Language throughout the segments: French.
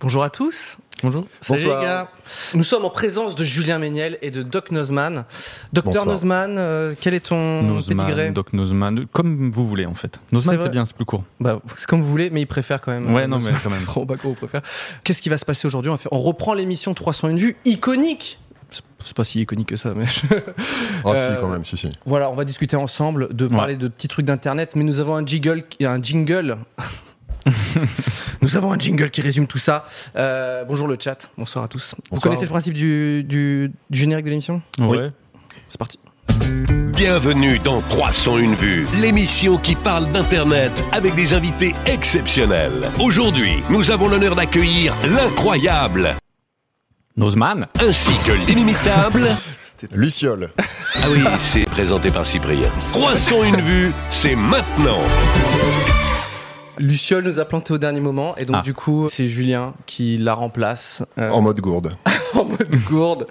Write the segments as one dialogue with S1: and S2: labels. S1: Bonjour à tous.
S2: Bonjour.
S1: Salut
S2: Bonsoir.
S1: les gars. Nous sommes en présence de Julien Méniel et de Doc Nozman. Docteur
S2: Bonsoir.
S1: Nozman, euh, quel est ton pédigré
S2: Nozman, Doc Nozman, comme vous voulez en fait. Nozman
S1: C'est
S2: c'est
S1: vrai.
S2: bien, c'est plus court.
S1: Bah, c'est comme vous voulez, mais il préfère quand même.
S2: Ouais,
S1: Euh,
S2: non, mais
S1: Nozman.
S2: quand même.
S1: Franck Bacot préfère. Qu'est-ce qui va se passer aujourd'hui on, va faire- on reprend l'émission 301 vues iconique. C'est- C'est pas si iconique que ça, mais
S3: Ah,
S1: Euh,
S3: si, quand même, si, si.
S1: voilà, on va discuter ensemble, de parler de petits trucs d'internet, mais nous avons un jingle, qui- un jingle. nous avons un jingle qui résume tout ça. Euh, bonjour le chat, bonsoir à tous. Vous
S3: Bonsoir.
S1: connaissez le principe du, du- du générique de l'émission
S2: Ouais.
S1: C'est parti.
S4: Bienvenue dans 301 vues, l'émission qui parle d'Internet avec des invités exceptionnels. Aujourd'hui, nous avons l'honneur d'accueillir l'incroyable
S2: Nozman
S4: ainsi que l'inimitable.
S3: Luciole.
S4: Ah oui, c'est présenté par Cyprien. 301 vues, c'est maintenant.
S1: Luciole nous a planté au dernier moment, et donc
S2: Ah.
S1: du coup, c'est Julien qui la remplace euh,
S3: En mode gourde.
S1: en mode gourde.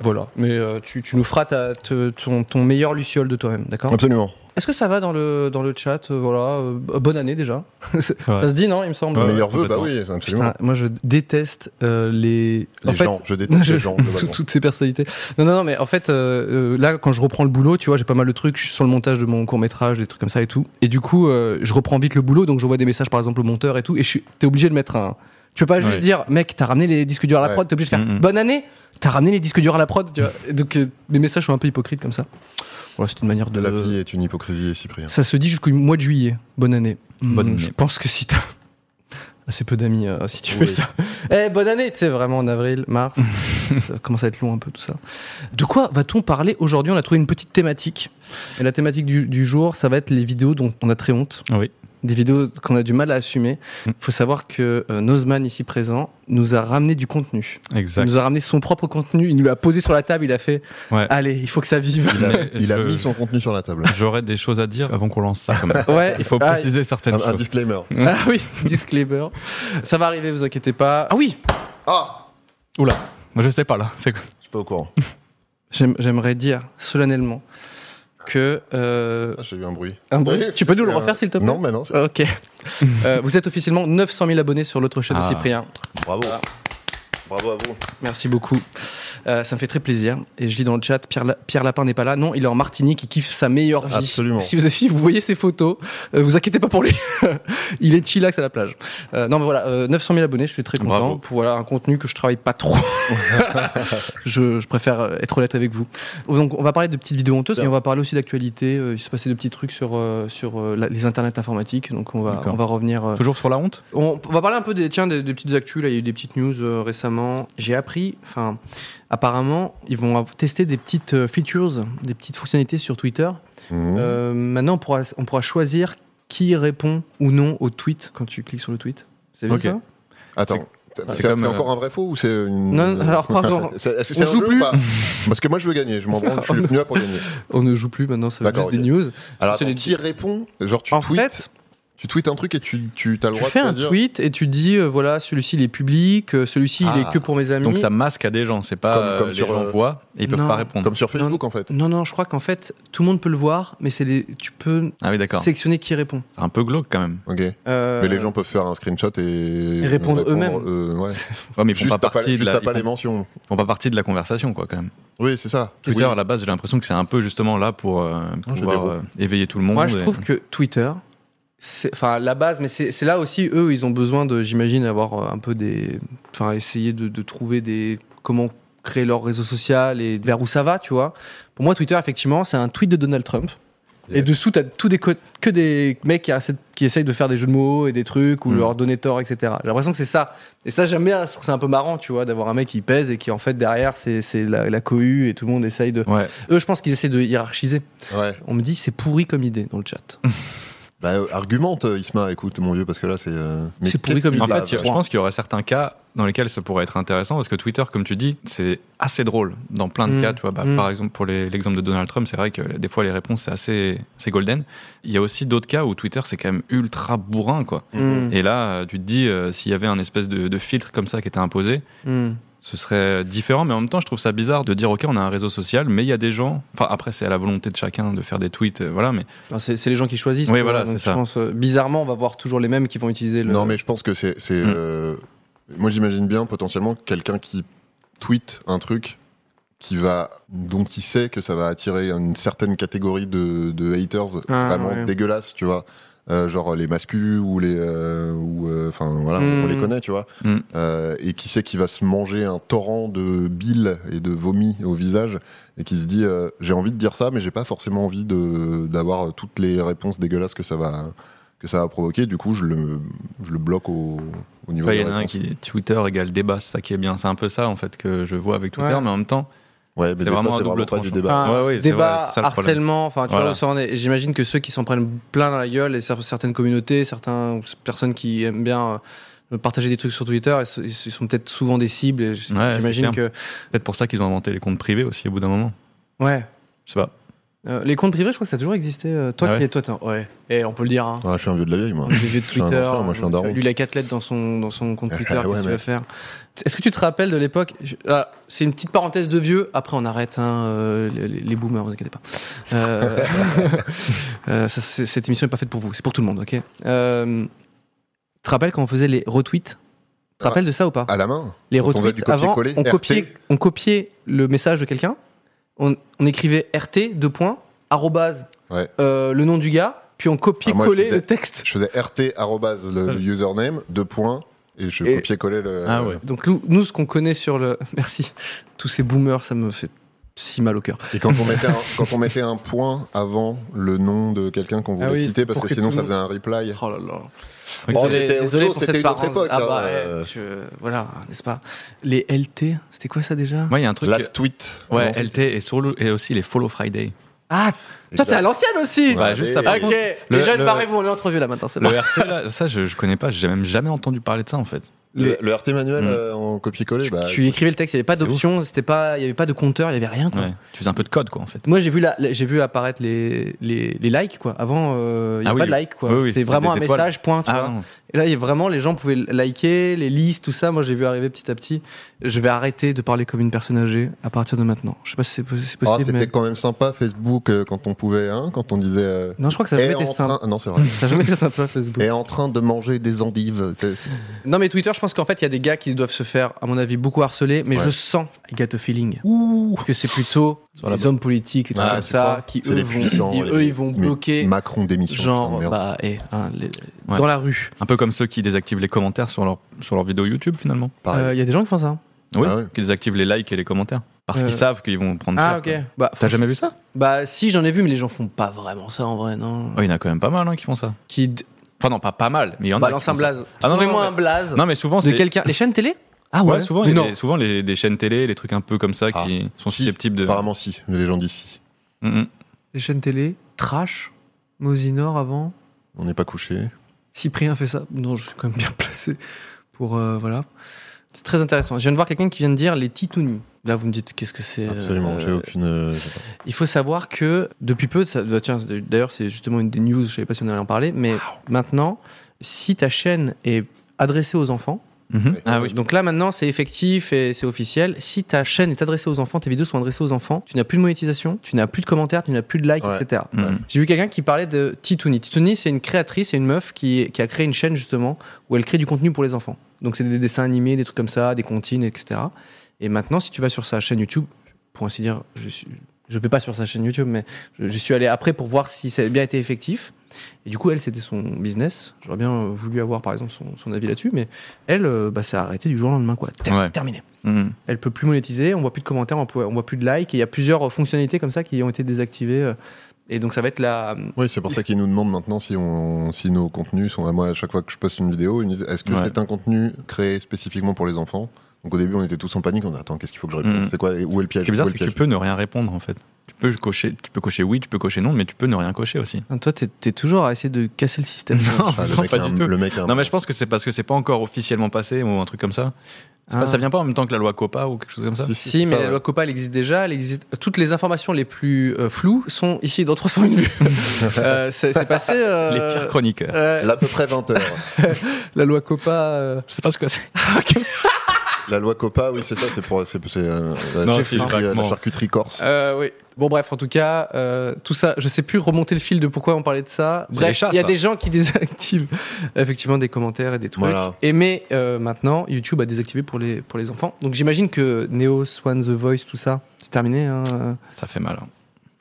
S1: Voilà, mais euh, tu, tu nous feras ta- te- ton, ton meilleur Luciole de toi-même, d'accord
S3: Absolument.
S1: Est-ce que ça va dans le, dans le chat euh, Voilà, euh, bonne année déjà. Ça se dit, non, il me semble
S2: Ouais,
S3: Meilleur vœu, bah
S2: complètement.
S3: oui, absolument.
S1: Putain, moi je déteste euh, les.
S3: Les
S1: en fait,
S3: gens, je déteste les gens, globalement.
S1: tout- toutes ces personnalités. Non, non, non, mais en fait, euh, euh, là, quand je reprends le boulot, tu vois, j'ai pas mal de trucs. Je suis sur le montage de mon court métrage, des trucs comme ça et tout. Et du coup, euh, je reprends vite le boulot, donc j'envoie des messages par exemple au monteur et tout. Et je suis- t'es obligé de mettre un. Tu peux pas juste
S2: Ouais.
S1: dire, mec, t'as ramené les disques durs à la
S3: Ouais.
S1: prod, t'es obligé de faire
S2: Mhm.
S1: bonne année, t'as ramené les disques durs à la prod, tu vois. Et Donc euh, les messages sont un peu hypocrites comme ça. Voilà, c'est une manière de.
S3: La vie est une hypocrisie, Cyprien.
S1: Ça se dit jusqu'au mois de juillet. Bonne année.
S2: Bonne
S1: Hmm,
S2: année.
S1: Je pense que si t'as assez peu d'amis, euh, si tu
S3: Oui.
S1: fais ça. Eh, bonne année, tu sais, vraiment en avril, mars. ça commence à être long un peu tout ça. De quoi va-t-on parler aujourd'hui On a trouvé une petite thématique. Et la thématique du, du jour, ça va être les vidéos dont on a très honte.
S2: Ah oui.
S1: Des vidéos qu'on a du mal à assumer.
S2: Hmm.
S1: Il faut savoir que euh, Nozman, ici présent, nous a ramené du contenu. Il
S2: Exact.
S1: nous a ramené son propre contenu. Il nous l'a posé sur la table. Il a fait
S2: Ouais.
S1: Allez, il faut que ça vive.
S3: Il a,
S2: Mais
S3: il a
S2: je-
S3: mis son contenu sur la table.
S2: J'aurais des choses à dire avant qu'on lance ça quand même.
S1: Ouais,
S2: Il faut
S1: Ah,
S2: préciser certaines
S3: Un, un
S2: choses.
S3: disclaimer.
S1: Ah oui, disclaimer. Ça va arriver, vous inquiétez pas. Ah oui,
S3: Ah
S2: Oula, moi je sais pas là. C'est
S3: Je suis pas au courant.
S1: j'aime- j'aimerais dire solennellement que euh,
S3: Ah, J'ai eu un bruit.
S1: un bruit.
S3: Oui,
S1: Tu peux nous le
S3: c'est un-
S1: refaire s'il te plaît
S3: Non, mais non, c'est-
S1: Ok. Euh, vous êtes officiellement 900 000 abonnés sur l'autre chaîne de
S2: Ah.
S1: Cyprien.
S3: bravo.
S1: Voilà.
S3: Bravo à vous.
S1: Merci beaucoup. Euh, ça me fait très plaisir. Et je lis dans le chat, Pierre, La- Pierre Lapin n'est pas là. Non, il est en Martinique, il kiffe sa meilleure vie.
S3: Absolument.
S1: Si vous, si vous voyez ses photos, euh, vous inquiétez pas pour lui. il est chillax à la plage. Euh, non, mais voilà, euh, 900 000 abonnés, je suis très content.
S2: Bravo.
S1: Pour voilà, un contenu que je travaille pas trop. je, je préfère euh, être honnête avec vous. Donc, on va parler de petites vidéos honteuses et
S3: Bien.
S1: on va parler aussi d'actualité. Euh, Il s'est passé de petits trucs sur, euh, sur euh, la- les internets informatiques. Donc, on va,
S2: D'accord.
S1: on va revenir. euh,
S2: toujours sur la honte
S1: on on va parler un peu des, tiens, des, des petites actus. Là, il y a eu des petites news euh, récemment. J'ai appris, enfin, apparemment, ils vont av- tester des petites euh, features, des petites fonctionnalités sur Twitter.
S3: Mmh.
S1: Euh, maintenant, on pourra, on pourra choisir qui répond ou non au tweet quand tu cliques sur le tweet. C'est vu
S2: Ok.
S1: ça
S3: Attends. C'est
S2: c'est
S3: c'est
S2: comme, euh,
S3: encore un vrai faux ou c'est une.
S1: Non, non, alors, pardon.
S3: C'est- Est-ce que
S1: On
S3: c'est un
S1: joue
S3: jeu
S1: plus.
S3: ou pas Parce que moi je veux gagner, je m'en branle, je suis venu là pour gagner.
S1: On ne joue plus maintenant, c'est juste
S3: D'accord, ok.
S1: des news.
S3: Alors
S1: C'est
S3: attends,
S1: les-
S3: qui répond Genre tu
S1: En
S3: tweets,
S1: fait,
S3: tu tweets un truc et tu, tu as le
S1: tu
S3: droit
S1: fais
S3: de
S1: un
S3: dire.
S1: tweet et tu dis euh, voilà, celui-ci il est public, euh, celui-ci il est
S3: Ah.
S1: que pour mes amis.
S2: Donc ça masque à des gens, c'est pas
S3: Comme-
S2: euh,
S3: comme
S2: les
S3: sur,
S2: gens
S3: euh,
S2: voient et ils peuvent
S1: Non.
S2: pas répondre.
S3: Comme sur Facebook en fait.
S1: Non, non, je crois qu'en fait, tout le monde peut le voir, mais c'est les- tu peux
S2: Ah oui, d'accord. C'est
S1: sélectionner qui répond.
S2: un peu glauque quand même.
S3: Ok.
S1: Euh,
S3: Mais les gens peuvent faire un screenshot et,
S1: Et répondre eux-mêmes.
S3: euh, ouais.
S2: Ouais, mais ils font
S3: Juste
S2: pas
S3: t'as pas,
S2: partie de
S3: juste
S2: la
S3: t'as pas
S2: ils
S3: les
S2: font-
S3: mentions.
S2: ils font pas partie de la conversation quoi quand même.
S3: Oui, c'est ça.
S2: Twitter
S3: Oui.
S2: à la base, j'ai l'impression que c'est un peu justement là pour euh,
S3: j'ai
S2: pouvoir
S3: des
S2: euh, éveiller tout le monde.
S1: Moi, je
S2: et-
S1: trouve que Twitter, c'est- enfin la base, mais c'est c'est là aussi eux, ils ont besoin de, j'imagine, avoir euh, un peu des, enfin essayer de, de trouver des comment créer leur réseau social et vers où ça va, tu vois. Pour moi, Twitter, effectivement, c'est un tweet de Donald Trump. Et
S3: Yes.
S1: dessous, t'as tout des co- que des mecs qui, essaient- qui essayent de faire des jeux de mots et des trucs ou
S2: Mm.
S1: leur donner tort, etc. J'ai l'impression que c'est ça. Et ça, j'aime bien. je trouve que C'est un peu marrant, tu vois, d'avoir un mec qui pèse et qui, en fait, derrière, c'est c'est la, la cohue et tout le monde essaye de.
S2: Ouais.
S1: Eux, je pense qu'ils essaient de hiérarchiser.
S3: Ouais.
S1: On me dit c'est pourri comme idée dans le chat.
S3: Bah, euh, argumente, euh, Isma, écoute, mon vieux, parce que là, c'est. euh, mais
S1: C'est pourri
S3: qu'est-ce
S1: comme
S3: qu'il
S2: En
S3: blase
S2: fait, je pense qu'il y aurait certains cas dans lesquels ça pourrait être intéressant parce que Twitter, comme tu dis, c'est assez drôle dans plein de
S1: Mm.
S2: cas. Tu vois, bah,
S1: Mm.
S2: Par exemple, pour les- l'exemple de Donald Trump, c'est vrai que des fois les réponses c'est assez c'est golden. Il y a aussi d'autres cas où Twitter c'est quand même ultra bourrin. quoi.
S1: Mm.
S2: Et là, euh, tu te dis, euh, s'il y avait un espèce de, de filtre comme ça qui était imposé,
S1: Mm.
S2: ce serait différent. Mais en même temps, je trouve ça bizarre de dire, OK, on a un réseau social, mais il y a des gens. Enfin, après, c'est à la volonté de chacun de faire des tweets. euh, Voilà, mais
S1: Enfin, c'est c'est les gens qui choisissent.
S2: Oui,
S1: tu vois,
S2: voilà,
S1: donc je
S2: c'est ça.
S1: pense, euh, bizarrement, on va voir toujours les mêmes qui vont utiliser le. Hmm.
S3: Non, mais je pense que c'est. c'est,
S2: Mm.
S3: euh, moi, j'imagine bien potentiellement quelqu'un qui tweet un truc qui va dont il sait que ça va attirer une certaine catégorie de, de haters
S1: Ah,
S3: vraiment
S1: ouais.
S3: dégueulasses, tu vois. Euh, genre les mascus ou les euh, ou euh, enfin voilà on
S1: Mm.
S3: les connaît tu vois
S2: Mm.
S3: Euh, et qui sait qu'il va se manger un torrent de bile et de vomi au visage et qui se dit euh, j'ai envie de dire ça mais j'ai pas forcément envie de d'avoir toutes les réponses dégueulasses que ça va que ça va provoquer. Du coup, je le, je le bloque au, au niveau
S2: Enfin, il y
S3: des
S2: en a un
S3: réponses.
S2: qui dit Twitter égale débat, c'est ça qui est bien. C'est un peu ça, en fait, que je vois avec Twitter,
S1: Ouais.
S2: mais en même temps,
S3: Ouais, mais
S2: C'est
S3: des fois,
S2: vraiment un
S3: c'est
S2: double
S3: vraiment pas du
S2: tranchant.
S3: débat.
S1: Enfin,
S2: Ouais, oui, c'est
S1: débat,
S2: vrai, c'est ça le problème.
S1: harcèlement, enfin, tu
S2: Voilà.
S1: vois, ça en est- j'imagine que ceux qui s'en prennent plein dans la gueule et cer- certaines communautés, certaines personnes qui aiment bien euh, partager des trucs sur Twitter, ils sont- ils sont peut-être souvent des cibles. et j-
S2: Ouais,
S1: j'imagine
S2: c'est
S1: que
S2: peut-être pour ça qu'ils ont inventé les comptes privés aussi au bout d'un moment.
S1: ouais,
S2: Je sais pas.
S1: Euh, les comptes privés, je crois que ça a toujours existé. euh, toi,
S2: Ah
S1: qui
S2: ouais
S1: es- toi, t'es un- ouais, et on peut le dire. Hein.
S3: Ah, je suis un vieux de la vieille, moi.
S1: On est des vieux de
S3: Je suis un
S1: Twitter. euh,
S3: enfant, moi, je suis un
S1: donc,
S3: daron. Ah,
S1: Lui, il a quatre lettres dans son, dans son compte Twitter.
S3: Ouais,
S1: Qu'est-ce que tu
S3: mais-
S1: vas faire Est-ce que tu te rappelles de l'époque je- ah, C'est une petite parenthèse de vieux. Après, on arrête. hein, euh, les, les boomers, vous inquiétez pas. Euh, euh, ça, c'est- cette émission n'est pas faite pour vous. C'est pour tout le monde, ok Euh, Tu te rappelles quand on faisait les retweets Tu te
S3: Ah.
S1: rappelles de ça ou pas
S3: À la main
S1: les
S3: Quand on faisait
S1: retweets
S3: du
S1: avant,
S3: copier-coller,
S1: on
S3: RT.
S1: copiait, on copiait le message de quelqu'un, on, on écrivait RT, deux points, arrobase,
S3: Ouais.
S1: euh, le nom du gars, puis on
S3: Ah, moi, je
S1: copiait-collait
S3: faisais-
S1: le texte.
S3: Je faisais RT arrobase le, le username, deux points, et je
S1: Et-
S3: copiais-collais le.
S2: Ah ouais.
S1: Donc nous, nous, ce qu'on connaît sur le... Merci, tous ces boomers, ça me fait si mal au cœur.
S3: Et quand on, mettait un, quand on mettait un point avant le nom de quelqu'un qu'on voulait
S1: Ah oui,
S3: citer, parce
S1: pour
S3: que,
S1: que
S3: sinon
S1: tout
S3: ça
S1: le
S3: faisait un reply.
S1: Oh là là.
S2: Oui,
S3: Bon,
S2: c'est-
S3: c'était autre chose, c'était une autre époque,
S1: Ah
S3: hein,
S1: bah,
S3: euh.
S1: ouais, je- voilà, n'est-ce pas Les LT, c'était quoi ça déjà
S2: Moi, il y a un truc.
S3: La
S2: que-
S3: tweet.
S2: Ouais, LT et, sur le- et aussi les Follow Friday. Bah,
S1: Ah, toi t'es à l'ancienne aussi
S3: Ouais,
S2: juste
S3: mais-
S2: après.
S1: Ok,
S2: Le-
S1: les jeunes,
S2: le-
S1: barrez-vous, on est entre vieux là maintenant, c'est
S2: Le
S1: bon.
S2: RT, là, ça, je, je connais pas, j'ai même jamais entendu parler de ça, en fait.
S3: Le, le RT manuel
S2: Mm.
S3: euh, en copier-coller, bah.
S1: tu écrivais le texte, il n'y avait pas
S2: C'est ouf.
S1: d'option, c'était pas, il n'y avait pas de compteur, il n'y avait rien. Quoi.
S2: Ouais. Tu faisais un peu de code, quoi, en fait.
S1: Moi j'ai vu la- la- j'ai vu apparaître les, les, les likes quoi. Avant euh, il n'y
S2: Ah
S1: avait
S2: oui,
S1: pas de
S2: oui.
S1: likes quoi.
S2: Oui, oui,
S1: c'était
S2: c'était
S1: vraiment un
S2: des étoiles.
S1: message point. tu vois.
S2: Ah, non.
S1: Et là il y a vraiment les gens pouvaient liker les listes tout ça. Moi j'ai vu arriver petit à petit. Je vais arrêter de parler comme une personne âgée à partir de maintenant. Je sais pas si c'est possi- c'est
S3: Ah,
S1: possible.
S3: c'était
S1: mais...
S3: quand même sympa Facebook euh, quand on pouvait, hein, quand on disait. euh,
S1: Non je crois que ça a
S3: est
S1: jamais été
S3: en train- Ah,
S1: sympa.
S3: Non, c'est vrai.
S1: Ça a jamais été sympa Facebook.
S3: est en train de manger des endives. C'est- c'est-
S1: Non mais Twitter je pense qu'en fait il y a des gars qui doivent se faire à mon avis beaucoup harceler. Mais
S3: Ouais.
S1: je sens I got a feeling que c'est plutôt
S2: la
S1: les hommes politiques les trucs
S3: Ah,
S1: comme
S3: tu
S1: ça
S3: crois
S1: qui
S3: C'est
S1: eux
S3: les
S1: vont
S3: puissants,
S1: ils-
S3: les-
S1: eux ils vont
S3: Mais
S1: bloquer
S3: Macron démission.
S1: genre
S3: putain, merde.
S1: bah eh, hein, les-
S2: Ouais.
S1: dans la rue. Euh,
S2: Un peu comme ceux qui désactivent les commentaires sur leur, sur leur vidéo YouTube, finalement.
S1: Il
S3: Pareil.
S1: y a des gens qui font ça.
S2: Oui,
S3: Ah ouais.
S2: qui désactivent les likes et les commentaires. Parce
S1: Euh.
S2: qu'ils savent qu'ils vont prendre cher, quoi.
S1: Bah,
S2: T'as
S1: franchement-
S2: jamais vu ça
S1: bah si j'en ai vu, mais les gens font pas vraiment ça en vrai, non.
S2: Oh, Il y en a quand même pas mal hein, qui font ça.
S1: Qui d-
S2: Enfin, non, pas pas mal, mais il y en a.
S1: balance
S2: qui
S1: un
S2: font ça.
S1: blaze.
S2: Ah non, non,
S1: Trouvez-moi
S2: non,
S1: un blaze
S2: Non, mais souvent,
S1: de
S2: c'est.
S1: quelqu'un. Les chaînes télé Ah
S2: Ouais, souvent, il
S1: Mais
S2: y a
S1: non.
S2: des- souvent les, des chaînes télé, les trucs un peu comme ça
S3: Ah.
S2: qui sont
S3: Si,
S2: susceptibles de.
S3: Apparemment, si. Mais Les gens disent si.
S2: Mm, mm.
S1: Les chaînes télé, Trash, Mosinor avant.
S3: On n'est pas couché.
S1: Cyprien fait ça. Non, je suis quand même bien placé pour euh, voilà. C'est très intéressant. Je viens de voir quelqu'un qui vient de dire les titounis. Là, vous me dites qu'est-ce que c'est euh,
S3: Absolument. J'ai aucune. euh,
S1: Il faut savoir que depuis peu, ça- bah, tiens, d'ailleurs, c'est justement une des news, je savais pas si on allait en parler, mais maintenant, si ta chaîne est adressée aux enfants,
S2: Mhm. Ah oui.
S1: donc là maintenant c'est effectif et c'est officiel, si ta chaîne est adressée aux enfants, tes vidéos sont adressées aux enfants, tu n'as plus de monétisation, tu n'as plus de commentaires, tu n'as plus de likes,
S3: Ouais.
S1: etc.
S2: Mhm.
S1: J'ai vu quelqu'un qui parlait de Titouni. Titouni, c'est une créatrice, c'est une meuf qui, qui a créé une chaîne justement où elle crée du contenu pour les enfants. Donc c'est des dessins animés, des trucs comme ça, des comptines, etc. Et maintenant, si tu vas sur sa chaîne YouTube, pour ainsi dire, je suis, je vais pas sur sa chaîne YouTube, mais je, je suis allé après pour voir si ça a bien été effectif. Et du coup, elle, c'était son business. J'aurais bien voulu avoir, par exemple, son, son avis là-dessus, mais elle, euh, bah, ça a arrêté du jour au lendemain, quoi. Ter-
S2: Ouais.
S1: Terminé
S2: Mhm.
S1: elle peut plus monétiser, on voit plus de commentaires, on, peut- on voit plus de likes, et il y a plusieurs euh, fonctionnalités comme ça qui ont été désactivées. euh, Et donc ça va être la...
S3: Oui, c'est pour ça qu'ils nous demandent maintenant si, on, si nos contenus sont. Moi, à chaque fois que je poste une vidéo, ils me disent est-ce que
S2: Ouais.
S3: c'est un contenu créé spécifiquement pour les enfants Donc au début, on était tous en panique. On dit attends, qu'est-ce qu'il faut que je réponde
S2: Mm.
S3: C'est quoi Où est le
S2: Ce
S3: piège
S2: qui est bizarre,
S3: Où est le
S2: c'est que tu
S3: piège
S2: peux ne rien répondre en fait. Tu peux cocher, tu peux cocher oui, tu peux cocher non, mais tu peux ne rien cocher aussi.
S1: Ah, Toi, t'es t'es toujours à essayer de casser le système.
S2: Non,
S3: Ah, le,
S2: non,
S3: mec
S2: pas
S3: a un-
S2: du tout.
S3: le mec a un-
S2: Non, mais je pense que c'est parce que c'est pas encore officiellement passé ou un truc comme ça. C'est pas-
S1: Ah.
S2: ça vient pas en même temps que la loi COPA ou quelque chose comme ça.
S3: Si, si,
S1: Si,
S3: c'est
S1: mais
S3: ça,
S1: la
S3: ouais.
S1: loi COPA, elle existe déjà. Elle existe... Toutes les informations les plus euh, floues sont ici dans 301 vues. Euh, c'est c'est passé. euh,
S2: Les pires chroniqueurs.
S1: euh,
S3: Elle a à peu près 20 heures.
S1: la loi COPA. euh,
S2: Je sais pas ce que c'est.
S3: La loi COPA, oui, c'est ça, c'est pour c'est, c'est, euh,
S2: Non,
S3: la,
S2: c'est
S3: charcuterie,
S2: vaguement.
S3: la charcuterie corse.
S1: Euh, oui. Bon, bref, en tout cas, euh, tout ça, je sais plus remonter le fil de pourquoi on parlait de ça.
S2: C'est les
S1: Bref,
S2: chats,
S1: il y a
S2: ça.
S1: des gens qui désactivent effectivement des commentaires et des trucs.
S3: Voilà.
S1: Et mais euh, maintenant, YouTube a désactivé pour les, pour les enfants. Donc j'imagine que Neo, Swan, The Voice, tout ça, c'est terminé. hein.
S2: Ça fait mal. hein.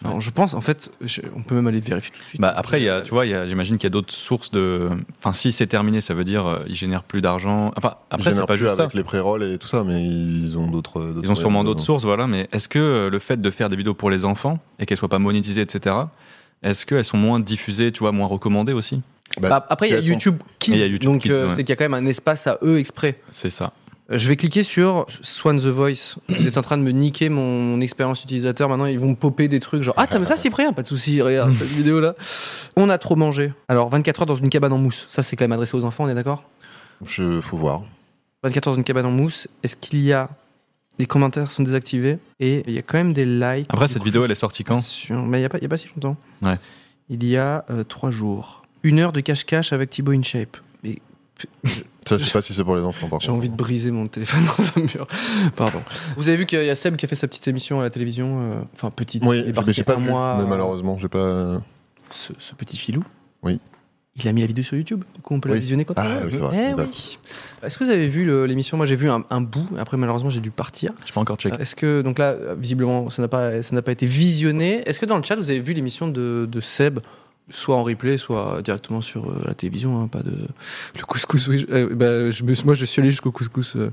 S1: Enfin, je pense, en fait, je- on peut même aller vérifier tout de suite.
S2: Bah après, il y a, tu vois, il y a- j'imagine qu'il y a d'autres sources de. Enfin, si c'est terminé, ça veut dire euh, ils génèrent plus d'argent. Enfin,
S3: Ils
S2: après, c'est
S3: génèrent
S2: pas
S3: plus
S2: juste ça.
S3: avec les pré-rolls et tout ça, mais ils ont d'autres. d'autres
S2: Ils ont sûrement
S3: moyens
S2: d'autres
S3: de-
S2: sources, voilà. Mais est-ce que euh, le fait de faire des vidéos pour les enfants et qu'elles soient pas monétisées, etc. Est-ce qu'elles sont moins diffusées, tu vois, moins recommandées aussi
S3: Bah,
S1: Bah, après, il y a
S3: si elles sont-
S1: YouTube Kids.
S2: Et il y a YouTube
S1: donc
S2: Kids,
S1: euh,
S2: ouais.
S1: c'est qu'il y a quand même un espace à eux exprès.
S2: C'est ça.
S1: Euh, Je vais cliquer sur Swan the Voice. Vous êtes en train de me niquer mon, mon expérience utilisateur. Maintenant, ils vont me popper des trucs genre Ah, t'as mais ça, Cyprien Pas de souci, regarde cette vidéo là. On a trop mangé. Alors, 24 heures dans une cabane en mousse. Ça, c'est quand même adressé aux enfants, on est d'accord
S3: Je, faut voir.
S1: 24 heures dans une cabane en mousse. Est-ce qu'il y a. Les commentaires sont désactivés et il y a quand même des likes.
S2: Après,
S1: Du
S2: cette
S1: coup,
S2: vidéo,
S1: je
S2: elle est sortie quand
S1: sur- Mais il n'y a, pas- il y a pas si longtemps.
S2: Ouais.
S1: Il y a euh, trois jours. Une heure de cache-cache avec Thibaut InShape. Mais
S3: Ça, je sais pas si c'est pour les enfants, par contre.
S1: J'ai envie de briser mon téléphone dans un mur. Pardon. Vous avez vu qu'il y a Seb qui a fait sa petite émission à la télévision, euh, enfin petite,
S3: Oui,
S1: débarqué
S3: mais j'ai pas
S1: un
S3: vu,
S1: mois,
S3: mais
S1: euh,
S3: malheureusement, j'ai pas.
S1: Ce, ce petit filou.
S3: Oui.
S1: Il a mis la vidéo sur YouTube, du coup on peut la
S3: Oui.
S1: visionner quand on
S3: Ah
S1: veut.
S3: oui, c'est vrai,
S1: Eh
S3: exact.
S1: oui. Est-ce que vous avez vu le- l'émission Moi j'ai vu un, un bout, après malheureusement j'ai dû partir.
S2: Je peux encore checker.
S1: Est-ce que, donc là, visiblement, ça n'a pas, ça n'a pas été visionné. Est-ce que dans le chat, vous avez vu l'émission de, de Seb Soit en replay, soit directement sur euh, la télévision, hein, pas de. Le couscous, oui. je- euh, bah, je me- moi, je suis allé jusqu'au couscous. euh.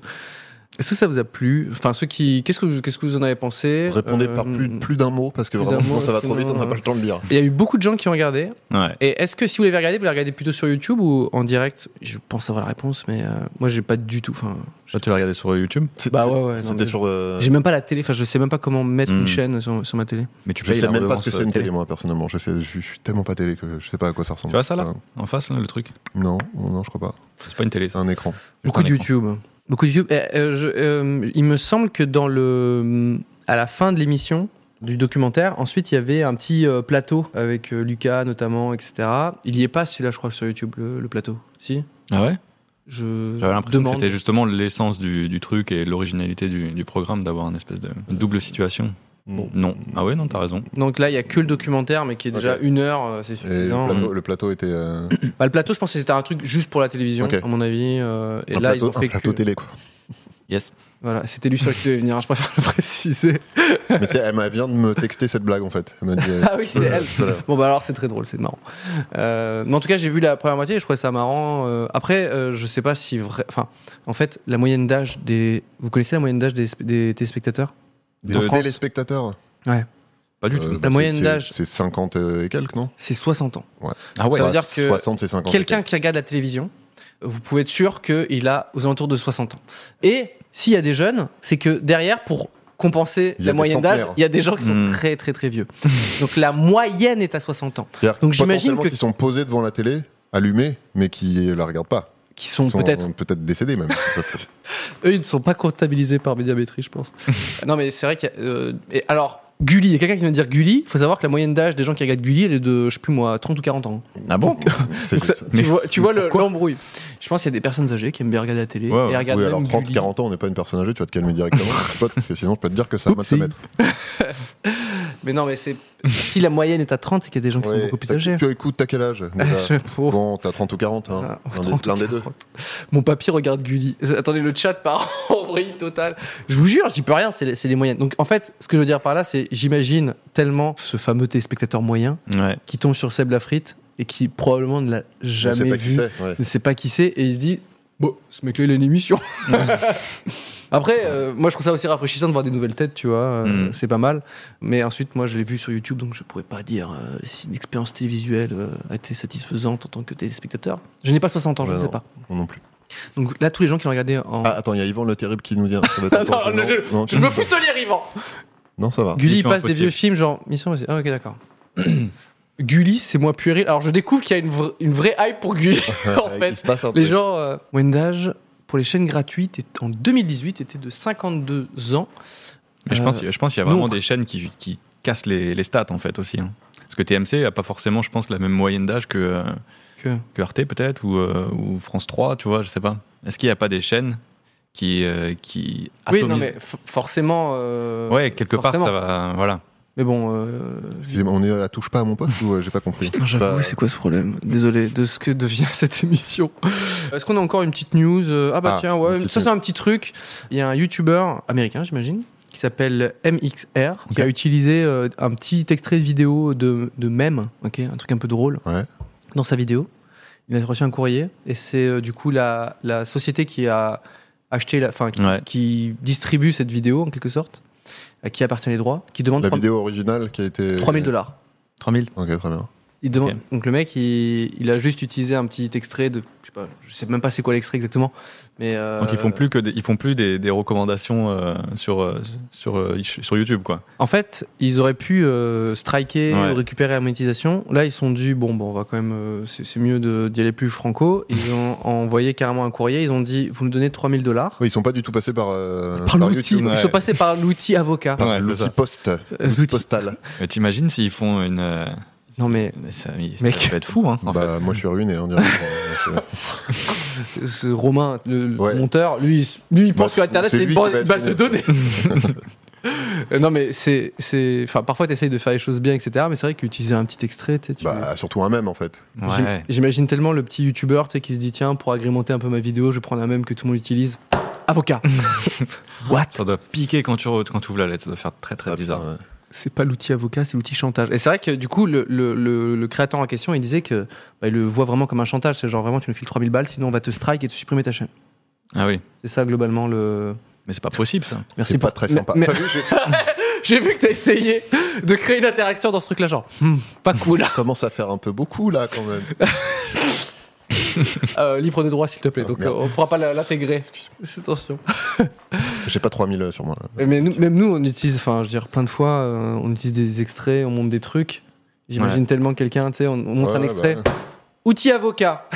S1: Est-ce que ça vous a plu Enfin, ceux qui. Qu'est-ce que, vous- qu'est-ce que vous en avez pensé
S3: Répondez
S1: Euh,
S3: par plus, plus d'un mot, parce que
S1: plus
S3: vraiment,
S1: d'un mot,
S3: sinon, ça va trop
S1: sinon,
S3: vite, on
S1: euh,
S3: n'a pas le temps de lire.
S1: Il y a eu beaucoup de gens qui ont regardé.
S2: Ouais.
S1: Et est-ce que si vous l'avez regardé, vous l'avez regardé plutôt sur YouTube ou en direct Je pense avoir la réponse, mais euh, moi, j'ai pas du tout. Enfin,
S2: Toi, tu l'as regardé sur euh, YouTube,
S3: C'est-
S1: Bah
S3: c'est-
S1: ouais, ouais, non,
S3: C'était
S1: mais-
S3: sur. euh,
S1: j'ai même pas la télé. Enfin, je sais même pas comment mettre
S2: Hmm.
S1: une chaîne sur, sur ma télé.
S2: mais tu
S3: Je
S2: payes
S3: sais
S2: la
S3: même pas ce que
S2: redevance,
S3: c'est
S2: euh,
S3: une
S2: télé.
S3: télé, moi, personnellement. Je, sais, je, je suis tellement pas télé que je sais pas à quoi ça ressemble.
S2: Tu vois ça, là
S3: Euh,
S2: En face, là, le truc.
S3: Non, non, je crois pas.
S2: C'est pas une télé.
S3: C'est
S2: ça.
S3: un écran.
S1: Beaucoup
S2: Juste
S1: de
S2: un écran.
S1: YouTube. Beaucoup de YouTube. Eh, euh, je- euh, il me semble que dans le, mm, à la fin de l'émission du documentaire, ensuite il y avait un petit euh, plateau avec euh, Lucas notamment, etc. Il n'y est pas celui-là, je crois, sur YouTube le, le plateau. Si
S2: Ah ouais
S1: je
S2: J'avais l'impression que
S1: demande.
S2: c'était justement l'essence du, du truc et l'originalité du, du programme d'avoir une espèce de double situation.
S3: Bon.
S2: Non. Ah ouais, non, t'as raison.
S1: Donc là, il y a que le documentaire, mais qui est déjà
S3: Ok.
S1: une heure, euh, c'est
S3: Et le
S1: suffisant.
S3: plateau, le plateau était. euh,
S1: Bah, le plateau, je pense, que c'était un truc juste pour la télévision,
S3: Ok.
S1: à mon avis. euh, et
S3: un
S1: là,
S3: plateau,
S1: ils ont
S3: un
S1: fait
S3: plateau
S1: que.
S3: télé, quoi.
S2: Yes.
S1: Voilà, c'était lui seul qui devait venir. hein, je préfère le préciser.
S3: Mais c'est- elle m'a- vient de me texter cette blague, en fait. Elle m'a dit. euh,
S1: Ah oui, c'est elle.
S3: Voilà.
S1: Bon bah alors c'est très drôle, c'est marrant. Euh, mais en tout cas j'ai vu la première moitié et je trouvais ça marrant. Euh, après euh, je sais pas si vrai... Enfin en fait la moyenne d'âge des... Vous connaissez la moyenne d'âge des, des téléspectateurs
S3: Des
S2: De France.
S3: téléspectateurs
S2: Pas du
S3: Euh,
S2: tout.
S3: bah, c'est-
S1: moyenne
S3: c'est-
S1: d'âge.
S3: C'est 50 euh, et quelques, non
S1: C'est 60 ans.
S2: Ah ouais.
S1: Ça veut
S3: Ouais,
S1: dire que
S3: 60, c'est 50. et
S1: Quelqu'un qui regarde la télévision, vous pouvez être sûr qu'il a aux alentours de 60 ans. Et s'il y a des jeunes, c'est que derrière pour compenser
S3: Il y a
S1: la
S3: des
S1: moyenne d'âge,
S3: centenaires. Hmm.
S1: il y a des gens qui sont
S2: Mm.
S1: très très très vieux. Donc la moyenne est à 60 ans.
S3: C'est-à-dire
S1: Donc
S3: que
S1: j'imagine
S3: potentiellement
S1: que-
S3: qu'ils sont posés devant la télé, allumés, mais qui la regardent pas.
S1: Qui sont
S3: Ils sont
S1: peut-être
S3: peut-être décédés même.
S1: Eux, ils ne sont pas comptabilisés par Médiamétrie, je pense. non, mais c'est vrai qu'il y a. euh, et alors, Gulli, il y a quelqu'un qui vient de dire Gulli. Il faut savoir que la moyenne d'âge des gens qui regardent Gulli, elle est de, je sais plus moi, 30 ou 40 ans.
S2: Ah bon
S3: C'est
S1: Donc ça-
S3: juste.
S1: tu
S2: Mais-
S1: vois, tu
S2: mais
S1: vois le-
S2: pourquoi
S1: l'embrouille. Je pense qu'il y a des personnes âgées qui aiment bien regarder la télé.
S2: Ouais, ouais.
S1: Et regardent
S3: Oui,
S1: même
S3: alors 30,
S1: Gulli.
S3: 40 ans, on n'est pas une personne âgée, tu vas te calmer directement, petit pote, parce que sinon je peux te dire que ça va te
S2: Oupsie.
S3: mettre.
S1: Mais non, mais c'est. si la moyenne est à 30, c'est qu'il y a des gens qui sont beaucoup plus
S3: T'as-
S1: âgés.
S3: Tu écoutes, t'as quel âge déjà
S1: Je- oh.
S3: Bon, t'as 30 ou 40, hein.
S1: Ah,
S3: Un des-
S1: 30,
S3: l'un des deux.
S1: 40. Mon papy regarde Gulli. Attendez, le chat part en vrille totale. Je vous jure, j'y peux rien, c'est les, c'est les moyennes. Donc en fait, ce que je veux dire par là, c'est j'imagine tellement ce fameux téléspectateur moyen
S2: Ouais.
S1: qui tombe sur Seb Lafrite et qui probablement ne l'a
S3: Je sais
S1: jamais
S3: pas qui
S1: vu,
S3: c'est. ouais.
S1: ne sait pas qui c'est, et il se dit Bon, ce mec-là, il a une émission. Après, euh, moi, je trouve ça aussi rafraîchissant de voir des nouvelles têtes, tu vois, euh,
S2: Mm.
S1: c'est pas mal. Mais ensuite, moi, je l'ai vu sur YouTube, donc je pourrais pas dire euh, si une expérience télévisuelle euh, a été satisfaisante en tant que téléspectateur. Je n'ai pas 60 ans, je
S3: Ouais,
S1: ne sais
S3: non.
S1: pas.
S3: Moi non plus.
S1: Donc là, tous les gens qui l'ont regardé en.
S3: Ah, attends, il y a Yvan le Terrible qui nous dit. ça va être
S1: Ah. Non,
S3: encore
S1: non,
S3: gênant.
S1: je-
S3: Non,
S1: je veux plus te lire, Yvan
S3: Non, ça va.
S1: Gulli il
S2: Mission
S1: passe des
S2: Impossible.
S1: vieux films genre Mission Impossible. Ah ok d'accord. Gulli c'est moins puéril. Alors je découvre qu'il y a une, vra- une vraie hype pour Gulli en
S3: Il
S1: fait.
S3: se passe un
S1: Les
S3: truc.
S1: gens euh, Wendage pour les chaînes gratuites est- en 2018 était de 52 ans.
S2: Mais je pense, je pense qu'il y a vraiment
S1: Euh, nous, on-
S2: des chaînes qui, qui cassent les, les stats en fait aussi. hein. Parce que TMC a pas forcément, je pense, la même moyenne d'âge que, euh,
S1: Que
S2: que Arte peut-être ou, euh, ou France 3, tu vois, je sais pas. Est-ce qu'il n'y a pas des chaînes qui euh, qui
S1: oui
S2: atomisent-
S1: non mais f- forcément. euh,
S2: ouais quelque
S1: forcément.
S2: part ça va voilà.
S1: Mais bon. euh,
S3: Excusez-moi, on est à touche pas à mon poste ou euh, j'ai pas compris
S1: Putain, j'avoue,
S3: Bah,
S1: c'est quoi ce problème Désolé de ce que devient cette émission. Est-ce qu'on a encore une petite news Euh, Ah bah
S3: Ah,
S1: tiens,
S3: une
S1: ouais,
S3: petite
S1: ça c'est un petit truc. Il y a un youtubeur américain, j'imagine, qui s'appelle MXR, qui a utilisé euh, un petit extrait de vidéo de, de mème, ok, un truc un peu drôle,
S3: Ouais.
S1: dans sa vidéo. Il a reçu un courrier et c'est euh, du coup la, la société qui a acheté, la- enfin qui,
S2: Ouais.
S1: qui distribue cette vidéo en quelque sorte, à qui appartient les droits, qui demande
S3: La
S1: 3
S3: vidéo originale qui a été.
S1: 3000 dollars.
S2: 3000
S3: Ok, très bien.
S1: Il demande-
S2: Ok.
S1: Donc le mec, il, il a juste utilisé un petit extrait de, je sais pas, je sais même pas c'est quoi l'extrait exactement, mais euh,
S2: Donc ils font plus que des, ils font plus des, des recommandations euh, sur euh, sur euh, sur YouTube quoi.
S1: En fait, ils auraient pu euh, striker
S2: Ouais.
S1: ou récupérer la monétisation. Là, ils se sont dit bon, bon, on va quand même, euh, c'est c'est mieux de- d'y aller plus franco. Ils ont envoyé carrément un courrier. Ils ont dit vous nous donnez 3000 dollars.
S3: Oui, ils sont pas du tout passés par, euh,
S1: Par l'outil,
S3: YouTube.
S1: ils sont
S2: ouais.
S1: passés par l'outil avocat.
S3: Par
S2: Ouais, c'est
S3: l'outil
S2: ça.
S3: poste,
S1: Euh,
S3: l'outil
S1: l'outil-
S3: postal.
S2: Mais T'imagines s'ils font une euh,
S1: Non mais
S2: ça, ça
S1: Mec.
S2: peut être fou hein. en fait.
S3: bah, moi je suis ruiné, on dirait. Euh, je-
S1: ce Romain, le, le
S3: Ouais.
S1: monteur, lui, il- lui, il pense
S3: Bah,
S1: que Internet,
S3: c'est
S1: c'est une
S3: lui
S1: ban-
S3: qui va être
S1: base de données.
S3: gêné.
S1: Euh, non, mais c'est. c'est- Enfin, parfois, tu essayes de faire les choses bien, etc. Mais c'est vrai qu'utiliser un petit extrait, tu sais, tu-
S3: bah, surtout un même en fait.
S1: J'im-
S2: Ouais.
S1: J'imagine tellement le petit youtubeur tu sais, qui se dit tiens, pour agrémenter un peu ma vidéo, je vais prendre un même que tout le monde utilise. Avocat What
S2: Ça doit piquer quand tu re- quand tu ouvres la lettre, ça doit faire très très
S3: Ah,
S2: bizarre.
S3: putain, ouais.
S1: C'est pas l'outil avocat, c'est l'outil chantage. Et c'est vrai que du coup, le, le- le- le créateur en question, il disait que bah, il le voit vraiment comme un chantage. C'est genre vraiment, tu nous files 3000 balles, sinon on va te strike et te supprimer ta chaîne.
S2: Ah oui.
S1: C'est ça globalement le.
S2: Mais c'est pas possible ça.
S1: Merci
S3: C'est
S1: pour-
S3: pas très
S1: Mais-
S3: sympa.
S1: mais-
S3: T'as vu, j'ai-
S1: J'ai vu que t'as essayé de créer une interaction dans ce truc-là, genre, Hmm, pas cool.
S3: commence à faire un peu beaucoup là quand même.
S1: Euh, libre de droit, s'il te plaît.
S3: Ah,
S1: Donc,
S3: merde.
S1: euh, on pourra pas la- l'intégrer. C'est attention.
S3: J'ai pas 3000 sur moi. là.
S1: Mais nous- même nous, on utilise, enfin, je veux dire, plein de fois, euh, on utilise des extraits, on monte des trucs. J'imagine tellement quelqu'un, tu sais, on, on montre
S3: Ouais,
S1: un
S3: bah,
S1: extrait.
S3: ouais.
S1: Outil avocat.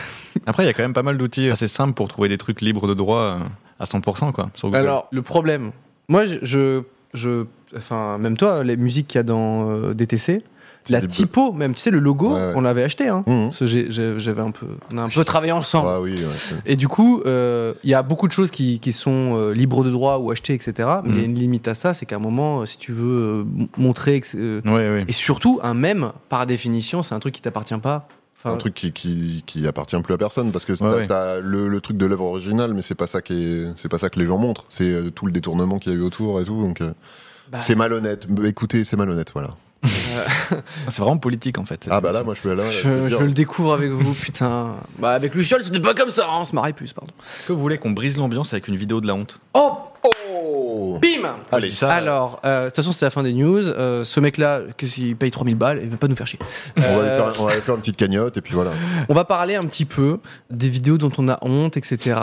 S2: Après il y a quand même pas mal d'outils assez simples pour trouver des trucs libres de droit euh, à 100% quoi sur Google.
S1: Alors, le problème. Moi, je, je, je- enfin, même toi, les musiques qu'il y a dans euh, DTC,
S3: C'est
S1: la
S3: des bleus.
S1: typo, même, tu sais, le logo,
S3: Ouais, ouais.
S1: on l'avait acheté, hein.
S3: Mhm.
S1: Parce que j'ai- j'ai- J'avais un peu, on a un peu travaillé ensemble.
S3: Ah oui, ouais, c'est-
S1: Et du coup, euh, il y a beaucoup de choses qui, qui sont euh, libres de droit ou achetées, etc. Mais il y a
S2: Mhm.
S1: une limite à ça, c'est qu'à un moment, euh, si tu veux euh, m- montrer. que c'est, euh,
S2: Ouais ouais.
S1: Et surtout, un mème, par définition, c'est un truc qui t'appartient pas. Enfin,
S3: un truc qui, qui, qui appartient plus à personne parce que t'as
S2: ouais.
S3: t'as le, le truc de l'œuvre originale, mais c'est pas ça qui est- c'est pas ça que les gens montrent. C'est euh, tout le détournement qu'il y a eu autour et tout. Donc euh,
S1: bah,
S3: c'est malhonnête. Mais Écoutez, c'est malhonnête, voilà.
S2: C'est vraiment politique en fait. cette
S3: Ah bah
S2: émission.
S3: là, moi je suis là.
S1: je, je le découvre avec vous, putain. Bah, avec Luciol, c'était pas comme ça, hein, on se marrait plus, pardon.
S2: Est-ce que vous voulez qu'on brise l'ambiance avec une vidéo de la honte
S1: Oh, Ah,
S3: Oh
S1: bim
S2: Je
S3: Allez.
S2: dis ça,
S1: Alors, euh, de toute façon, c'est la fin des news. Euh, ce mec-là, que s'il paye 3000 balles, il va pas nous faire chier.
S3: On va,
S1: Euh,
S3: aller faire, on va aller faire une petite cagnotte et puis voilà.
S1: On va parler un petit peu des vidéos dont on a honte, etc.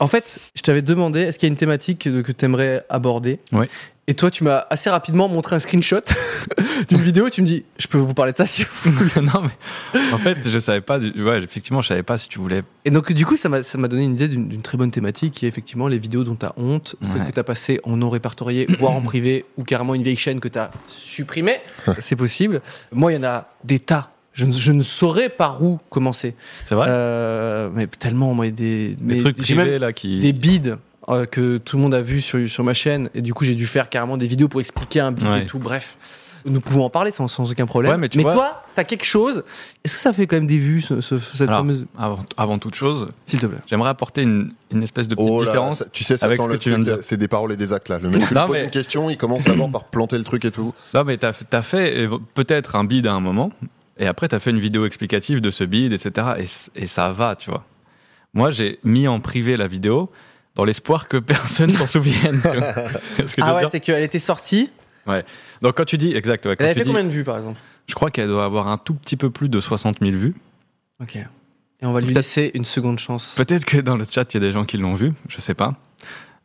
S1: En fait, je t'avais demandé, est-ce qu'il y a une thématique que, que tu aimerais aborder
S2: Ouais.
S1: Et toi, tu m'as assez rapidement montré un screenshot d'une vidéo. Tu me dis, je peux vous parler de ça si vous voulez.
S2: non mais en fait je savais pas du- ouais effectivement je savais pas si tu voulais
S1: Et donc, du coup, ça m'a ça m'a donné une idée d'une d'une très bonne thématique qui est effectivement les vidéos dont tu as honte, celles
S2: Ouais.
S1: que tu as passées en non répertorié, voire en privé, ou carrément une vieille chaîne que tu as supprimée. C'est possible. Moi, il y en a des tas. Je ne, je ne saurais par où commencer.
S2: c'est vrai
S1: Euh, mais tellement, moi, il y a des,
S2: des
S1: mais
S2: trucs
S1: j'ai
S2: privés
S1: même-
S2: là qui
S1: des bids euh, que tout le monde a vu sur, sur ma chaîne et du coup j'ai dû faire carrément des vidéos pour expliquer un bid
S2: Ouais.
S1: et tout bref nous pouvons en parler sans, sans aucun problème
S2: Ouais, mais tu vois-
S1: toi t'as quelque chose est-ce que ça fait quand même des vues ce- ce- cette
S2: Alors,
S1: fameuse
S2: avant, avant toute chose
S1: s'il te plaît
S2: j'aimerais apporter une, une espèce de petite
S3: Oh là,
S2: différence
S3: ça- tu sais, ça
S2: avec
S3: sent
S2: ce
S3: le
S2: que tu viens de
S3: truc,
S2: dire.
S3: c'est des paroles et des actes là. Le mec, tu lui
S2: Non,
S3: poses
S2: mais-
S3: une question, il commence d'abord par planter le truc et tout.
S2: non mais t'as as fait euh, peut-être un bid à un moment et après t'as fait une vidéo explicative de ce bid etc et, c- et ça va tu vois moi j'ai mis en privé la vidéo dans l'espoir que personne s'en souvienne tu vois. Tu vois ce que je
S1: ah
S2: veux
S1: ouais
S2: dire
S1: c'est qu'elle était sortie
S2: donc quand tu dis exact ouais, quand
S1: elle avait
S2: tu
S1: fait
S2: dis-
S1: combien de vues par exemple
S2: je crois qu'elle doit avoir un tout petit peu plus de 60 000 vues
S1: ok et on va lui
S2: Peut-être-
S1: laisser une seconde chance
S2: Peut-être que dans le chat, il y a des gens qui l'ont vu, je sais pas.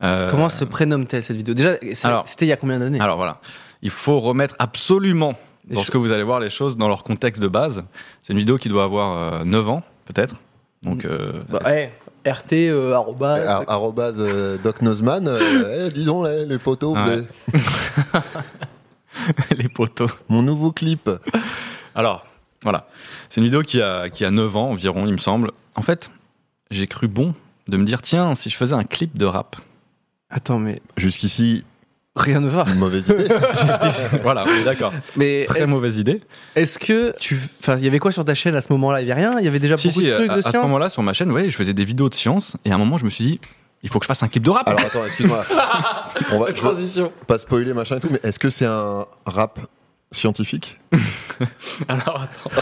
S2: Euh,
S1: Comment se prénomme-t-elle cette vidéo Déjà, c'est-
S2: alors-
S1: c'était il y a combien d'années
S2: Alors voilà, il faut remettre absolument
S1: Les
S2: dans ce que vous allez voir les choses dans leur contexte de base. C'est une vidéo qui doit avoir euh, 9 ans, peut-être. Donc, euh,
S1: Bah, eh, RT, euh, arrobas,
S3: Eh, ar- Arrobase euh, Doc Nozman, euh, eh, dis donc, là, les poteaux,
S2: Ouais.
S3: les-
S2: les poteaux.
S3: mon nouveau clip.
S2: Alors, voilà. C'est une vidéo qui a, qui a 9 ans environ, il me semble. En fait, j'ai cru bon de me dire tiens, si je faisais un clip de rap.
S1: Attends, mais
S3: Jusqu'ici,
S1: rien ne va.
S3: une mauvaise idée.
S2: voilà, on est d'accord.
S1: Mais
S2: Très
S1: est-ce-
S2: mauvaise idée.
S1: Est-ce que tu. Enfin, il y avait quoi sur ta chaîne à ce moment-là Il y avait rien Il y avait déjà
S2: Si,
S1: beaucoup
S2: si,
S1: de
S2: à,
S1: trucs de
S2: à ce
S1: science
S2: moment-là, sur ma chaîne, vous voyez, je faisais des vidéos de science. Et à un moment, je me suis dit il faut que je fasse un clip de rap.
S3: Alors attends, excuse-moi. On va je veux
S2: transition.
S3: pas spoiler machin et tout, mais est-ce que c'est un rap scientifique
S2: Alors, attends.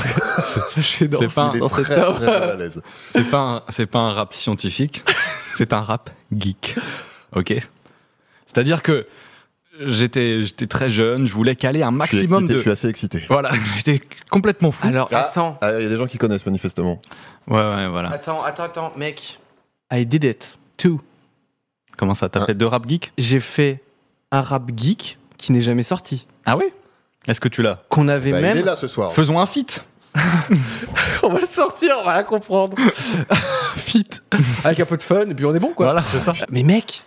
S1: dans-
S2: C'est pas, un-
S3: Il est
S1: dans
S3: très,
S1: cette
S3: très
S1: table.
S3: mal à l'aise.
S2: c'est pas, un- c'est pas un rap scientifique, c'est un rap geek. Ok C'est-à-dire que j'étais j'étais très jeune, je voulais caler un
S3: Je suis
S2: maximum
S3: excité, je suis
S2: de.
S3: assez excité.
S2: Voilà, j'étais complètement fou.
S1: Alors,
S3: Ah.
S1: attends.
S3: Ah, Il y a des gens qui connaissent manifestement.
S2: Ouais, ouais, voilà.
S1: Attends, attends, attends, mec. ah. I did it. Two.
S2: Comment ça T'as
S3: Ah.
S2: fait deux rap geek
S1: J'ai fait un rap geek qui n'est jamais sorti.
S2: Ah oui Est-ce que tu l'as
S1: Qu'on avait
S3: Bah,
S1: même.
S3: Il est là ce soir.
S2: Faisons un feat
S1: On va le sortir, on va la comprendre. Fit. Avec un peu de fun, et puis on est bon, quoi.
S2: Voilà, c'est ça.
S1: Mais mec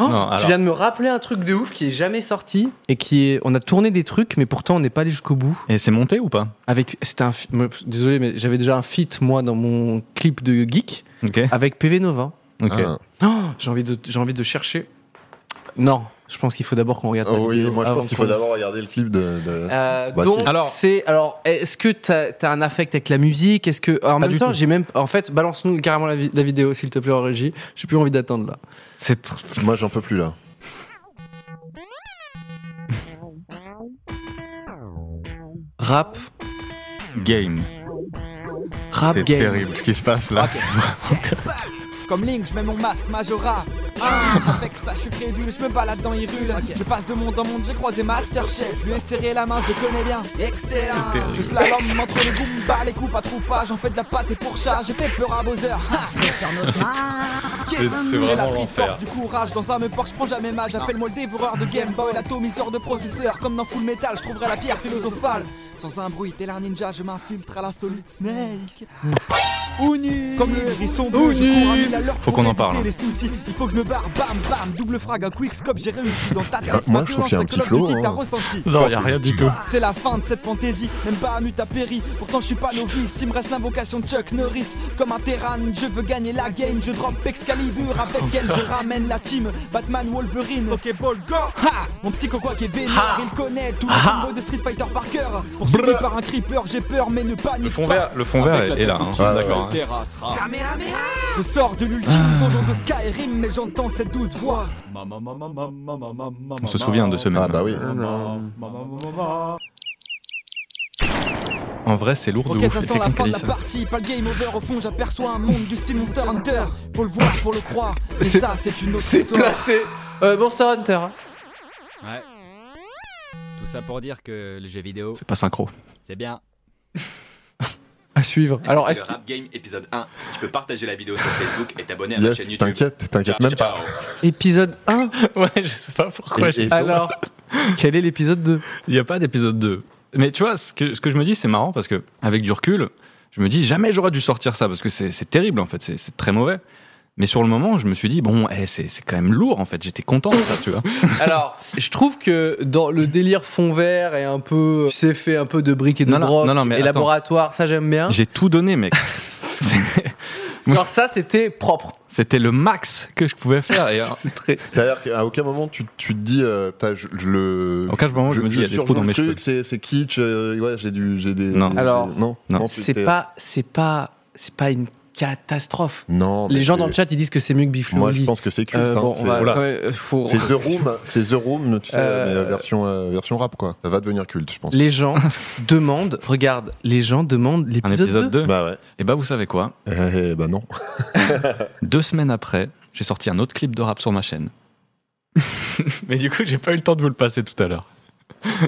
S1: Oh,
S2: Non,
S1: Tu
S2: alors-
S1: viens de me rappeler un truc de ouf qui est jamais sorti et qui est. On a tourné des trucs, mais pourtant on n'est pas allé jusqu'au bout.
S2: Et c'est monté ou pas
S1: Avec. C'était un. fi- me- Désolé, mais j'avais déjà un feat, moi, dans mon clip de geek
S2: Ok,
S1: avec PV Nova.
S2: ok.
S3: Ah.
S1: Oh, j'ai envie de, j'ai envie de chercher. Non, je pense qu'il faut d'abord qu'on regarde.
S3: Ah
S1: la
S3: oui,
S1: vidéo
S3: moi je
S1: avant
S3: pense qu'il faut
S1: qu'on-
S3: d'abord regarder le clip de. de-
S2: Ah.
S1: Euh,
S3: Bah,
S1: donc
S3: si.
S2: Alors-
S1: c'est alors est-ce que t'as as un affect avec la musique Est-ce que en même
S2: du
S1: temps
S2: tout.
S1: j'ai même en fait balance nous carrément la, vi- la vidéo s'il te plaît en régie. J'ai plus envie d'attendre là.
S2: C'est tr-
S3: Moi j'en peux plus là.
S1: Rap,
S2: game.
S1: rap
S2: C'est
S1: game.
S2: terrible ce qui se passe là.
S5: Comme Link, je mets mon masque Majora. Ah, avec ça, je suis crédule, je me balade dans les rues. Je passe de monde en monde, j'ai croisé Masterchef. Je lui ai serré la main, je le connais bien. Excellent.
S2: C'est terrible.
S5: Je slalom entre les goombas, les coupes à troupa. J'en fais de la pâte et pour chat, j'ai fait peur à Bowser. Ha Yes.
S2: C'est- c'est
S5: J'ai la
S2: vraiment
S5: pris
S2: l'enfer.
S5: force du courage dans un me porc, je prends jamais ma J'appelle-moi le dévoreur de Game Boy, l'atomiseur de processeur. Comme dans Full Metal, je trouverai la pierre philosophale. Sans un bruit, tel un ninja, je m'infiltre à la solide Snake. Ouni Comme le hérisson bleu, je cours à mille à l'heure
S2: Faut
S5: pour
S2: qu'on en parle. hein.
S5: éviter Les soucis. Il faut que je me barre, bam, bam, double frag, un quick scope, j'ai réussi dans ta
S3: y a-
S5: tête.
S3: moi, je trouve qu'il y a un
S5: Maintenant,
S3: petit
S5: c'est Call of
S3: flow,
S5: Duty,
S3: hein.
S5: t'as ressenti.
S2: Non, il a rien du tout.
S5: C'est la fin de cette fantaisie, même pas à mut à péri. Pourtant, je suis pas novice, il me reste l'invocation de Chuck Norris. Comme un terran, je veux gagner la game. Je drop Excalibur, avec elle je ramène la team. Batman, Wolverine, Pokéball, go! Ha! Mon psycho quoi qui est vénère, il connaît tous les combos de Street Fighter par cœur. Poursuivi par un creeper, j'ai peur, mais ne
S2: Le
S5: panique
S2: fond
S5: pas.
S2: vert, le fond vert est, est là. hein.
S3: Ah, ouais.
S2: D'accord. hein.
S5: Je sors de
S2: Ah.
S5: l'ultime donjon de Skyrim, mais j'entends cette douce voix.
S2: On se souvient de ce même.
S3: Ah bah oui.
S2: En vrai, c'est lourd de
S5: Ok,
S2: ouf.
S5: ça
S2: les
S5: sent la
S2: techniques
S5: fin de
S2: qu'elle
S5: la
S2: dit ça.
S5: partie, pas le game over au fond, j'aperçois un monde du style Monster Hunter. Faut le voir pour le croire, mais
S1: C'est-
S5: ça c'est une autre
S1: C'est
S5: histoire.
S1: placé. Euh, Monster Hunter. hein.
S6: Tout ça pour dire que le jeu vidéo,
S2: C'est pas synchro.
S6: c'est bien.
S1: À suivre. Alors est-ce
S7: le
S1: que
S7: rap game épisode 1. Tu peux partager la vidéo sur Facebook et t'abonner à ma chaîne
S3: Yes,
S7: YouTube.
S3: t'inquiète, t'inquiète même pas.
S7: Ciao.
S1: épisode 1
S2: Ouais, je sais pas pourquoi.
S3: Et- j'ai- et-
S1: Alors quel est l'épisode 2
S2: Il n'y a pas d'épisode 2. Mais tu vois, ce que, ce que je me dis, c'est marrant parce que, avec du recul, je me dis jamais j'aurais dû sortir ça parce que c'est c'est terrible en fait, c'est- c'est très mauvais. Mais sur le moment, je me suis dit, bon, eh, c'est c'est quand même lourd en fait, j'étais content de ça, tu vois.
S1: Alors je trouve que dans le délire fond vert et un peu tu sais fait un peu de briques et de
S2: Non, non,
S1: broc
S2: non, non, mais
S1: et
S2: attends.
S1: laboratoire ça j'aime bien.
S2: J'ai tout donné, mec. C'est-
S1: Genre ça c'était propre.
S2: C'était le max que je pouvais faire. Et, euh,
S1: C'est très
S3: C'est-à-dire qu'à aucun moment tu, tu te dis, euh, putain, je, je le.
S2: À aucun moment, je me dis, il y a des
S3: surjoue
S2: trous dans
S3: le
S2: mes
S3: truc,
S2: cheveux.
S3: C'est c'est kitsch, euh, ouais, j'ai du- j'ai des.
S2: Non.
S3: des-
S1: Alors,
S3: non,
S2: non.
S3: tu-
S1: c'est
S3: t'es-
S1: pas c'est pas c'est pas une catastrophe.
S3: Non.
S1: Les
S3: mais
S1: gens
S3: c'est-
S1: dans le chat ils disent que c'est mieux que Biflo. Euh,
S3: Moi je pense que c'est culte. hein,
S1: bon, on
S3: c'est-
S1: va
S3: Oula.
S1: quand même- euh, faut-
S3: C'est The Room, c'est The Room, tu sais,
S1: Euh,
S3: mais la version, euh, version rap quoi. Ça va devenir culte, je pense.
S1: Les gens demandent, regarde, les gens demandent
S2: un
S1: l'épisode
S2: épisode
S1: 2.
S2: 2.
S3: Bah ouais.
S2: Et bah, vous savez quoi
S3: Eh, bah non.
S2: Deux semaines après, j'ai sorti un autre clip de rap sur ma chaîne. Mais du coup, j'ai pas eu le temps de vous le passer tout à l'heure.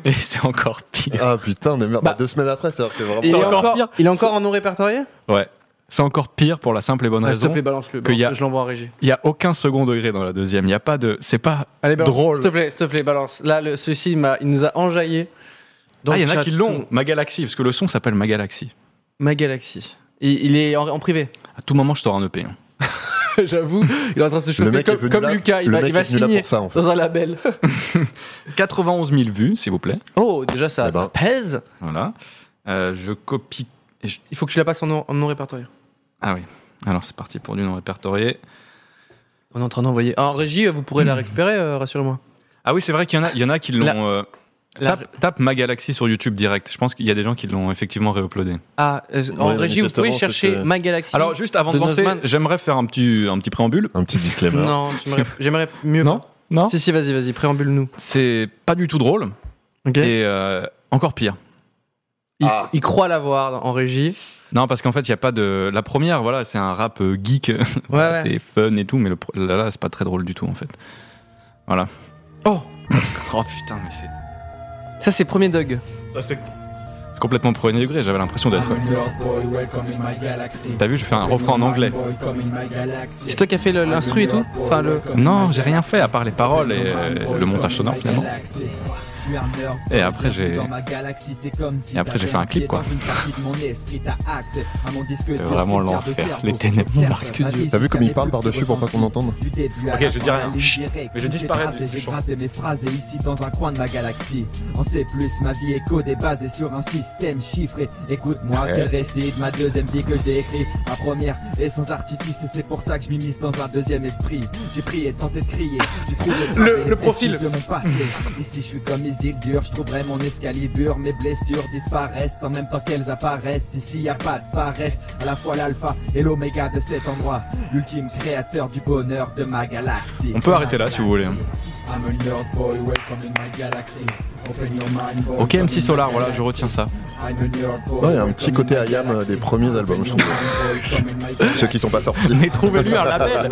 S2: Et c'est encore pire.
S3: Ah putain, de merde. Bah,
S1: Bah,
S3: deux semaines après, c'est-à-dire que vraiment.
S1: Il est,
S2: encore
S1: encore,
S2: pire.
S1: il est encore en non répertorié
S2: Ouais. C'est encore pire pour la simple et bonne
S1: Ah, S'il te
S2: raison.
S1: plaît, balance le.
S2: qu'il y a-
S1: Je l'envoie à Régis.
S2: Il y a aucun second degré dans la deuxième. Il y a pas de. C'est pas
S1: Allez, balance.
S2: drôle.
S1: S'il te plaît, s'il te plaît, balance. Là, le, ceci, m'a- il nous a enjaillé.
S2: ah, il y en a qui l'ont.
S1: Magalaxy
S2: Magalaxy, parce que le son s'appelle Magalaxy.
S1: Ma galaxie. Il, il est en, en privé.
S2: À tout moment, je t'aurai un EP. hein.
S1: J'avoue, il est en train de se chauffer
S3: mec est
S1: comme,
S3: venu
S1: comme
S3: là-
S1: Lucas. Il
S3: le
S1: va,
S3: mec
S1: il va
S3: est venu là
S1: signer
S3: pour ça, en fait.
S1: dans un label.
S2: 91 000 vues, s'il vous plaît.
S1: Oh, déjà, ça,
S3: Eh ben.
S1: ça pèse.
S2: Voilà. Euh, je copie. et je-
S1: Il faut que tu la passes en non, en non répertorié.
S2: Ah oui. Alors, c'est parti pour du non répertorié.
S1: On est en train d'envoyer. Ah, En régie, vous pourrez
S3: Hmm.
S1: la récupérer, euh, rassurez-moi.
S2: Ah oui, c'est vrai qu'il y en a, il y en a qui l'ont.
S1: La-
S2: euh,
S1: La-
S2: Tape, tape Ma Galaxy sur YouTube direct. Je pense qu'il y a des gens qui l'ont effectivement réuploadé.
S1: Ah, euh, en
S3: Ouais,
S1: régie, vous
S3: manifestement,
S1: pouvez
S3: c'est
S1: chercher
S3: que-
S1: Ma Galaxie.
S2: Alors, juste avant de,
S1: De
S2: lancer,
S1: Nozman.
S2: j'aimerais faire un petit, un petit préambule.
S3: Un petit disclaimer.
S1: non, j'aimerais- j'aimerais mieux.
S2: Non Non
S1: Si, si, vas-y, vas-y, préambule-nous.
S2: C'est pas du tout drôle.
S1: Ok
S2: Et euh, encore pire.
S1: il, il croit l'avoir en régie.
S2: Non, parce qu'en fait, il y a pas de. La première, voilà, c'est un rap euh, geek.
S1: Ouais, ouais.
S2: C'est fun et tout, mais le pro- là, là c'est pas très drôle du tout, en fait. Voilà.
S1: Oh
S2: Oh putain, mais c'est.
S1: Ça, c'est premier Doug.
S2: C'est complètement premier degré, j'avais l'impression d'être. T'as vu, je fais un refrain en anglais.
S1: C'est toi qui as fait le-
S2: Ah,
S1: l'instru et tout Enfin, le.
S2: Non, j'ai rien fait à part les paroles et euh, le montage sonore finalement. Et après, j'ai-
S5: Et
S2: Et après, j'ai fait un clip, quoi.
S5: C'est
S2: vraiment l'enfer, les ténèbres.
S5: Parce que
S3: T'as vu comme il parle par-dessus pour pas qu'on entende
S2: Ok, je dis rien. Chut. Mais je disparais du- du
S5: J'ai
S2: champ.
S5: gratté mes phrases et ici dans un coin de ma galaxie. On sait plus, ma vie est codée, basée sur un système chiffré. Écoute-moi, c'est le récit de ma deuxième vie que j'ai écrit. Ma première est sans artifice et c'est pour ça que je m'immisce dans un deuxième esprit. J'ai prié, tenté de crier. J'ai trouvé
S1: Le-
S5: frappé
S1: le
S5: les
S1: profil.
S5: vestiges de mon passé. Ici, je suis comme Isildur, je trouverai mon escalibur. Mes blessures disparaissent en même temps qu'elles apparaissent. Ici, y a pas de paresse. À la fois l'alpha et l'oméga de cet endroit. L'ultime créateur du bonheur de ma galaxie.
S2: On peut arrêter là, si vous voulez. hein.
S5: I'm a nerd boy, welcome in my galaxy. Open your mind, boy,
S2: Ok,
S5: welcome
S2: MC
S5: in my
S2: Solar, voilà, je
S5: galaxy.
S2: retiens ça.
S5: I'm a nerd
S3: Non,
S5: boy,
S3: il y a un
S5: welcome
S3: petit
S5: in
S3: côté
S5: my
S3: IAM
S5: galaxy.
S3: des premiers albums, je
S5: Open your
S3: trouve.
S5: mind, boy, welcome in my galaxy.
S3: Ceux qui sont pas sortis.
S2: Mais trouvez-lui un label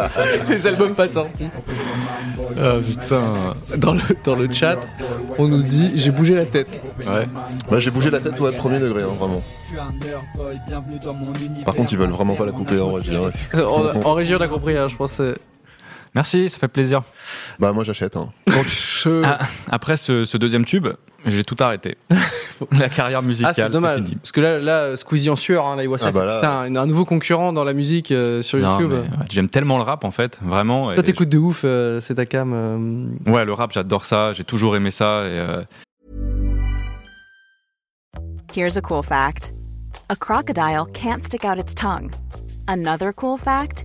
S1: Les albums pas sortis.
S5: Open your mind, boy,
S2: Ah
S5: welcome in my
S2: putain.
S1: Dans le, dans le chat, on nous dit j'ai bougé la tête.
S2: Ouais.
S3: Moi, Bah, j'ai bougé la tête ouais, premier degré, hein, vraiment. Par contre, ils veulent vraiment pas la couper en vrai. je dirais.
S1: En, en régie, on a compris, hein, je pense. euh,
S2: Merci, ça fait plaisir.
S3: Bah, moi, j'achète. hein.
S1: donc, je-
S2: Ah, après ce, ce deuxième tube, j'ai tout arrêté. La carrière musicale,
S1: Ah, c'est dommage.
S2: fini.
S1: Parce que là, là Squeezie en sueur, hein, là, il voit ça.
S3: Ah, bah là-
S1: Putain, un- un nouveau concurrent dans la musique euh, sur
S2: Non,
S1: YouTube.
S2: mais, ouais, J'aime tellement le rap en fait, vraiment.
S1: Toi,
S2: et
S1: t'écoutes de ouf, euh, c'est ta cam. euh,
S2: je- Ouais, le rap, j'adore ça, j'ai toujours aimé ça. Et, euh,
S8: Here's a cool fact a crocodile can't stick out its tongue. Another cool fact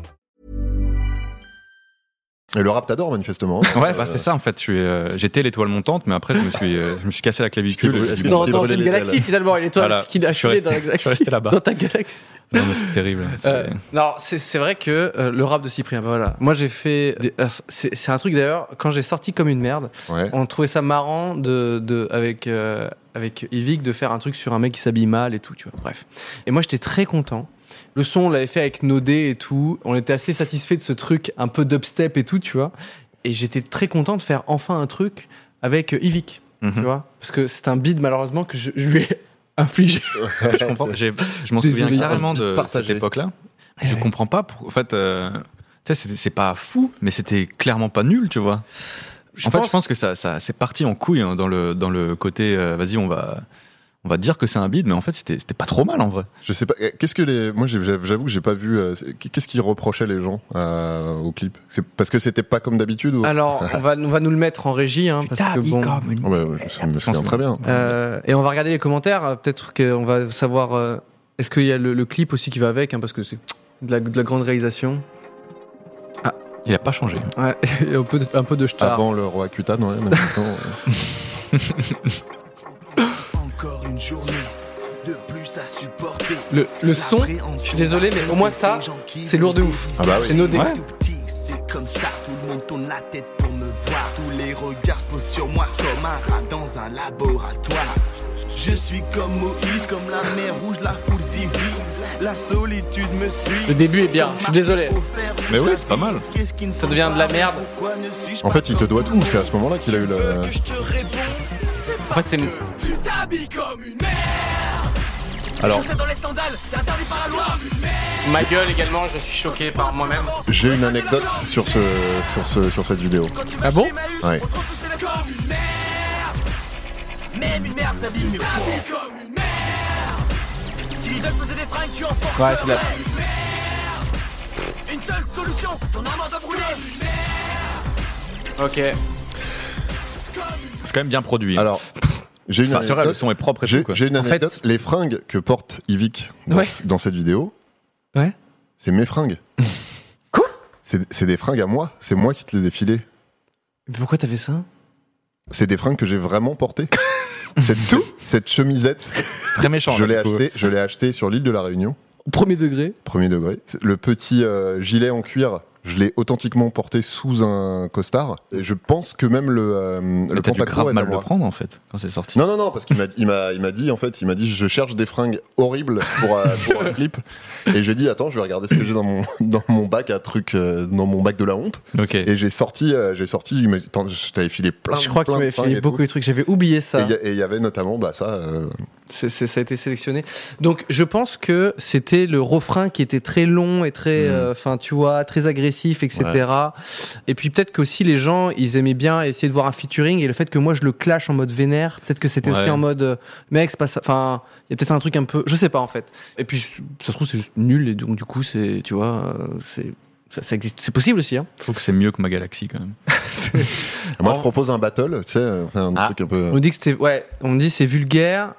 S3: Et le rap, t'adores, manifestement. hein.
S2: Ouais, bah c'est ça en fait. Je suis, euh, J'étais l'étoile montante, mais après je me suis, euh, je me suis cassé la clavicule.
S3: Tu t'es
S2: et
S3: brûlé-
S2: j'ai dit,
S3: Ils
S1: Non,
S3: ont
S1: non,
S3: brûlé
S1: c'est une
S3: les
S1: galaxie
S3: ailes.
S1: finalement. Il est toi
S2: Voilà.
S1: qui l'a
S2: Je suis
S1: filé
S2: resté-
S1: dans la
S2: je suis
S1: galaxie.
S2: resté là-bas.
S1: Dans ta galaxie.
S2: Non, mais c'est terrible. c'est-
S1: Euh, non, c'est c'est vrai que euh, le rap de Cyprien, bah voilà. Moi, j'ai fait. des- alors, C'est c'est un truc d'ailleurs, quand j'ai sorti comme une merde,
S3: Ouais.
S1: on trouvait ça marrant de, de, avec, euh, avec Yvick de faire un truc sur un mec qui s'habille mal et tout, tu vois. Bref. Et moi, j'étais très content. Le son, on l'avait fait avec Nodé et tout. On était assez satisfait de ce truc un peu dubstep et tout, tu vois. Et j'étais très content de faire enfin un truc avec euh, Yvick, tu
S2: Mhm.
S1: vois. Parce que c'est un bid, malheureusement, que je, je lui ai infligé.
S2: Je comprends. j'ai- Je m'en
S1: Désolé.
S2: souviens carrément de
S3: Partagé.
S2: cette époque-là. Je comprends pas. pour- En fait, euh, tu sais, c'est c'est pas fou, mais c'était clairement pas nul, tu vois. en fait,
S1: pense-
S2: je pense que ça, ça c'est parti en couille hein, dans le dans le côté. euh, Vas-y, on va. On va dire que c'est un bide, mais en fait, c'était c'était pas trop mal en vrai.
S3: Je sais pas. eh, Qu'est-ce que les. Moi, j'ai- j'avoue que j'ai pas vu. euh, c'est- Qu'est-ce qu'ils reprochaient les gens euh, au clip C'est Parce que c'était pas comme d'habitude ou...
S1: Alors, on va, on va nous le mettre en régie, hein, parce que bon.
S3: Oh, bah, ouais, je me souviens
S2: pense-
S3: très bien.
S1: Euh, et on va regarder les commentaires. euh, Peut-être qu'on va savoir. euh, Est-ce qu'il y a le, le clip aussi qui va avec hein, Parce que c'est de la, de la grande réalisation.
S2: Il a pas changé.
S1: Ouais, et un, peu de, un peu de star.
S3: Avant le roi Cutane, ouais, mais maintenant, euh,
S9: Encore une journée de plus à supporter.
S1: le, le son, je suis désolé, mais au moins ça, c'est lourd de ouf.
S3: Ah bah oui.
S1: C'est nodé.
S2: Ouais.
S9: comme ça. Tout le monde tourne la tête pour me voir. Tous les regards se posent sur moi comme un rat dans un laboratoire. Je suis comme Moïse, comme la mer rouge, la foule se divise. La solitude me suit.
S1: Le début est bien, je suis désolé.
S2: Mais oui, c'est pas mal.
S1: Ça devient de la merde.
S3: En fait, il te doit tout, c'est à ce moment-là qu'il a eu la.
S1: En fait, c'est.
S9: Tu t'habilles comme une merde.
S3: Alors,
S9: dans les sandales, c'est interdit par la loi.
S1: Ma gueule également, je suis choqué par moi-même.
S3: j'ai une anecdote sur, ce, sur, ce, sur cette vidéo.
S1: Ah bon
S3: Ouais.
S9: Même une merde s'habille mieux. comme une merde. Si les dogs faisaient des fringues, tu en portes.
S1: Ouais, c'est la-
S9: Une seule solution, ton amant doit brûler.
S1: Ok.
S2: C'est quand même bien produit. hein.
S3: Alors, j'ai une
S2: Enfin,
S1: euh,
S2: c'est vrai, le
S3: anecdote.
S2: son est propre et
S3: J'ai
S2: tout. Quoi.
S3: j'ai une
S1: En fait-
S3: anecdote. Les fringues que porte Yvick dans,
S1: Ouais.
S3: ce- dans cette vidéo,
S1: Ouais.
S3: c'est mes fringues.
S1: Quoi
S3: C'est c'est des fringues à moi. C'est moi qui te les ai filées.
S1: Mais pourquoi t'as fait ça
S3: C'est des fringues que j'ai vraiment portées. Cette, tout cette chemisette,
S2: C'est très méchant. hein,
S3: je l'ai
S2: là, du coup.
S3: achetée je l'ai achetée sur l'île de la Réunion,
S1: Premier degré.
S3: premier degré. Le petit euh, gilet en cuir, je l'ai authentiquement porté sous un costard. Et je pense que même le, euh,
S2: Mais
S3: le
S2: T'as dû
S3: pantacourt
S2: grave
S3: est à
S2: mal le
S3: moi.
S2: prendre en fait quand c'est sorti.
S3: Non, non, non, parce qu'il m'a, il m'a, il m'a dit, en fait, il m'a dit, je cherche des fringues horribles pour, euh, pour un clip. Et j'ai dit, attends, je vais regarder ce que j'ai dans mon, dans mon bac à truc, euh, dans mon bac de la honte.
S2: Ok.
S3: Et j'ai sorti, euh, j'ai sorti, il m'a dit, attends, je t'avais filé plein
S1: Je crois que tu
S3: plein de
S1: m'avais
S3: fringues
S1: filé
S3: et
S1: beaucoup
S3: tout.
S1: de trucs, j'avais oublié
S3: Et
S1: ça.
S3: il y a- et il y avait notamment, bah, ça, euh,
S1: C'est- c'est- ça a été sélectionné. Donc je pense que c'était le refrain qui était très long et très,
S2: Mm.
S1: euh, enfin tu vois, très agressif, etc. Et puis peut-être qu'aussi les gens, ils aimaient bien essayer de voir un featuring et le fait que moi je le clash en mode vénère, peut-être que c'était
S2: Ouais.
S1: aussi en mode euh, mec, c'est pas ça. Enfin, il y a peut-être un truc un peu, je sais pas en fait. Et puis je- ça se trouve c'est juste nul et donc du coup c'est, tu vois, euh, c'est ça, ça existe, c'est possible aussi. Hein.
S2: Je trouve que c'est mieux que ma galaxie quand même.
S3: moi,
S1: En-
S3: je propose un battle, tu sais, on fait un
S2: Ah.
S3: truc un peu.
S1: On dit que c'était, ouais, on dit c'est vulgaire,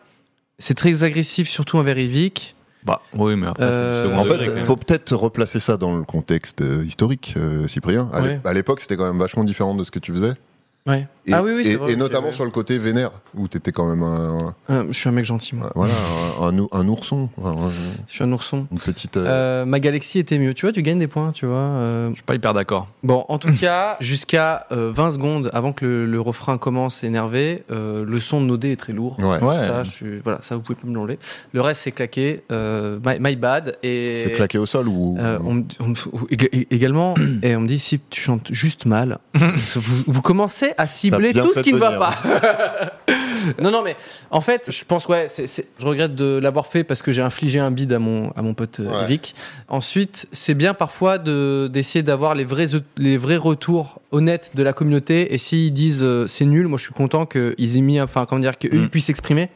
S1: c'est très agressif surtout envers Evic.
S2: Bah oui, mais après, c'est
S1: Euh,
S2: du second
S3: En
S2: degré, quand
S3: fait,
S2: même.
S3: faut peut-être replacer ça dans le contexte euh, historique, euh, Cyprien. À l'é-
S1: Ouais.
S3: à l'époque, c'était quand même vachement différent de ce que tu faisais.
S1: Ouais.
S3: Et,
S1: ah oui, oui, c'est
S3: et-
S1: vrai,
S3: et notamment
S1: c'est
S3: sur le côté vénère, où t'étais quand même un,
S1: vrai. Euh, je suis un mec gentil, moi.
S3: Ouais, Voilà, un, un ou- un ourson. Enfin, un-
S1: Je suis un ourson.
S3: une petite. euh,
S1: Euh, ma galaxie était mieux. Tu vois, tu gagnes des points, tu vois. euh.
S2: Je suis pas hyper d'accord.
S1: Bon, en tout cas, jusqu'à euh, 20 secondes avant que le, le refrain commence énervé, euh, le son de Nodé est très lourd.
S3: Ouais.
S2: Ouais.
S1: Ça, je suis- voilà, ça, vous pouvez plus me l'enlever. Le reste, c'est claqué. euh, my, my bad. Et
S3: C'est claqué au sol ou.
S1: euh, on me- on me f- ou- ég- ég- également, et on me dit si tu chantes juste mal, vous, vous commencez à cibler
S3: bien
S1: tout ce
S3: fait
S1: qui
S3: de
S1: ne va
S3: venir.
S1: pas. non, non, mais en fait, je pense, ouais, c'est- c'est- je regrette de l'avoir fait parce que j'ai infligé un bide à mon, à mon pote euh,
S3: Ouais.
S1: Vic. Ensuite, c'est bien parfois de- d'essayer d'avoir les vrais, les vrais retours honnêtes de la communauté. Et s'ils disent euh, c'est nul, moi je suis content qu'ils aient mis, enfin, comment dire, qu'eux
S2: Mm.
S1: ils puissent s'exprimer.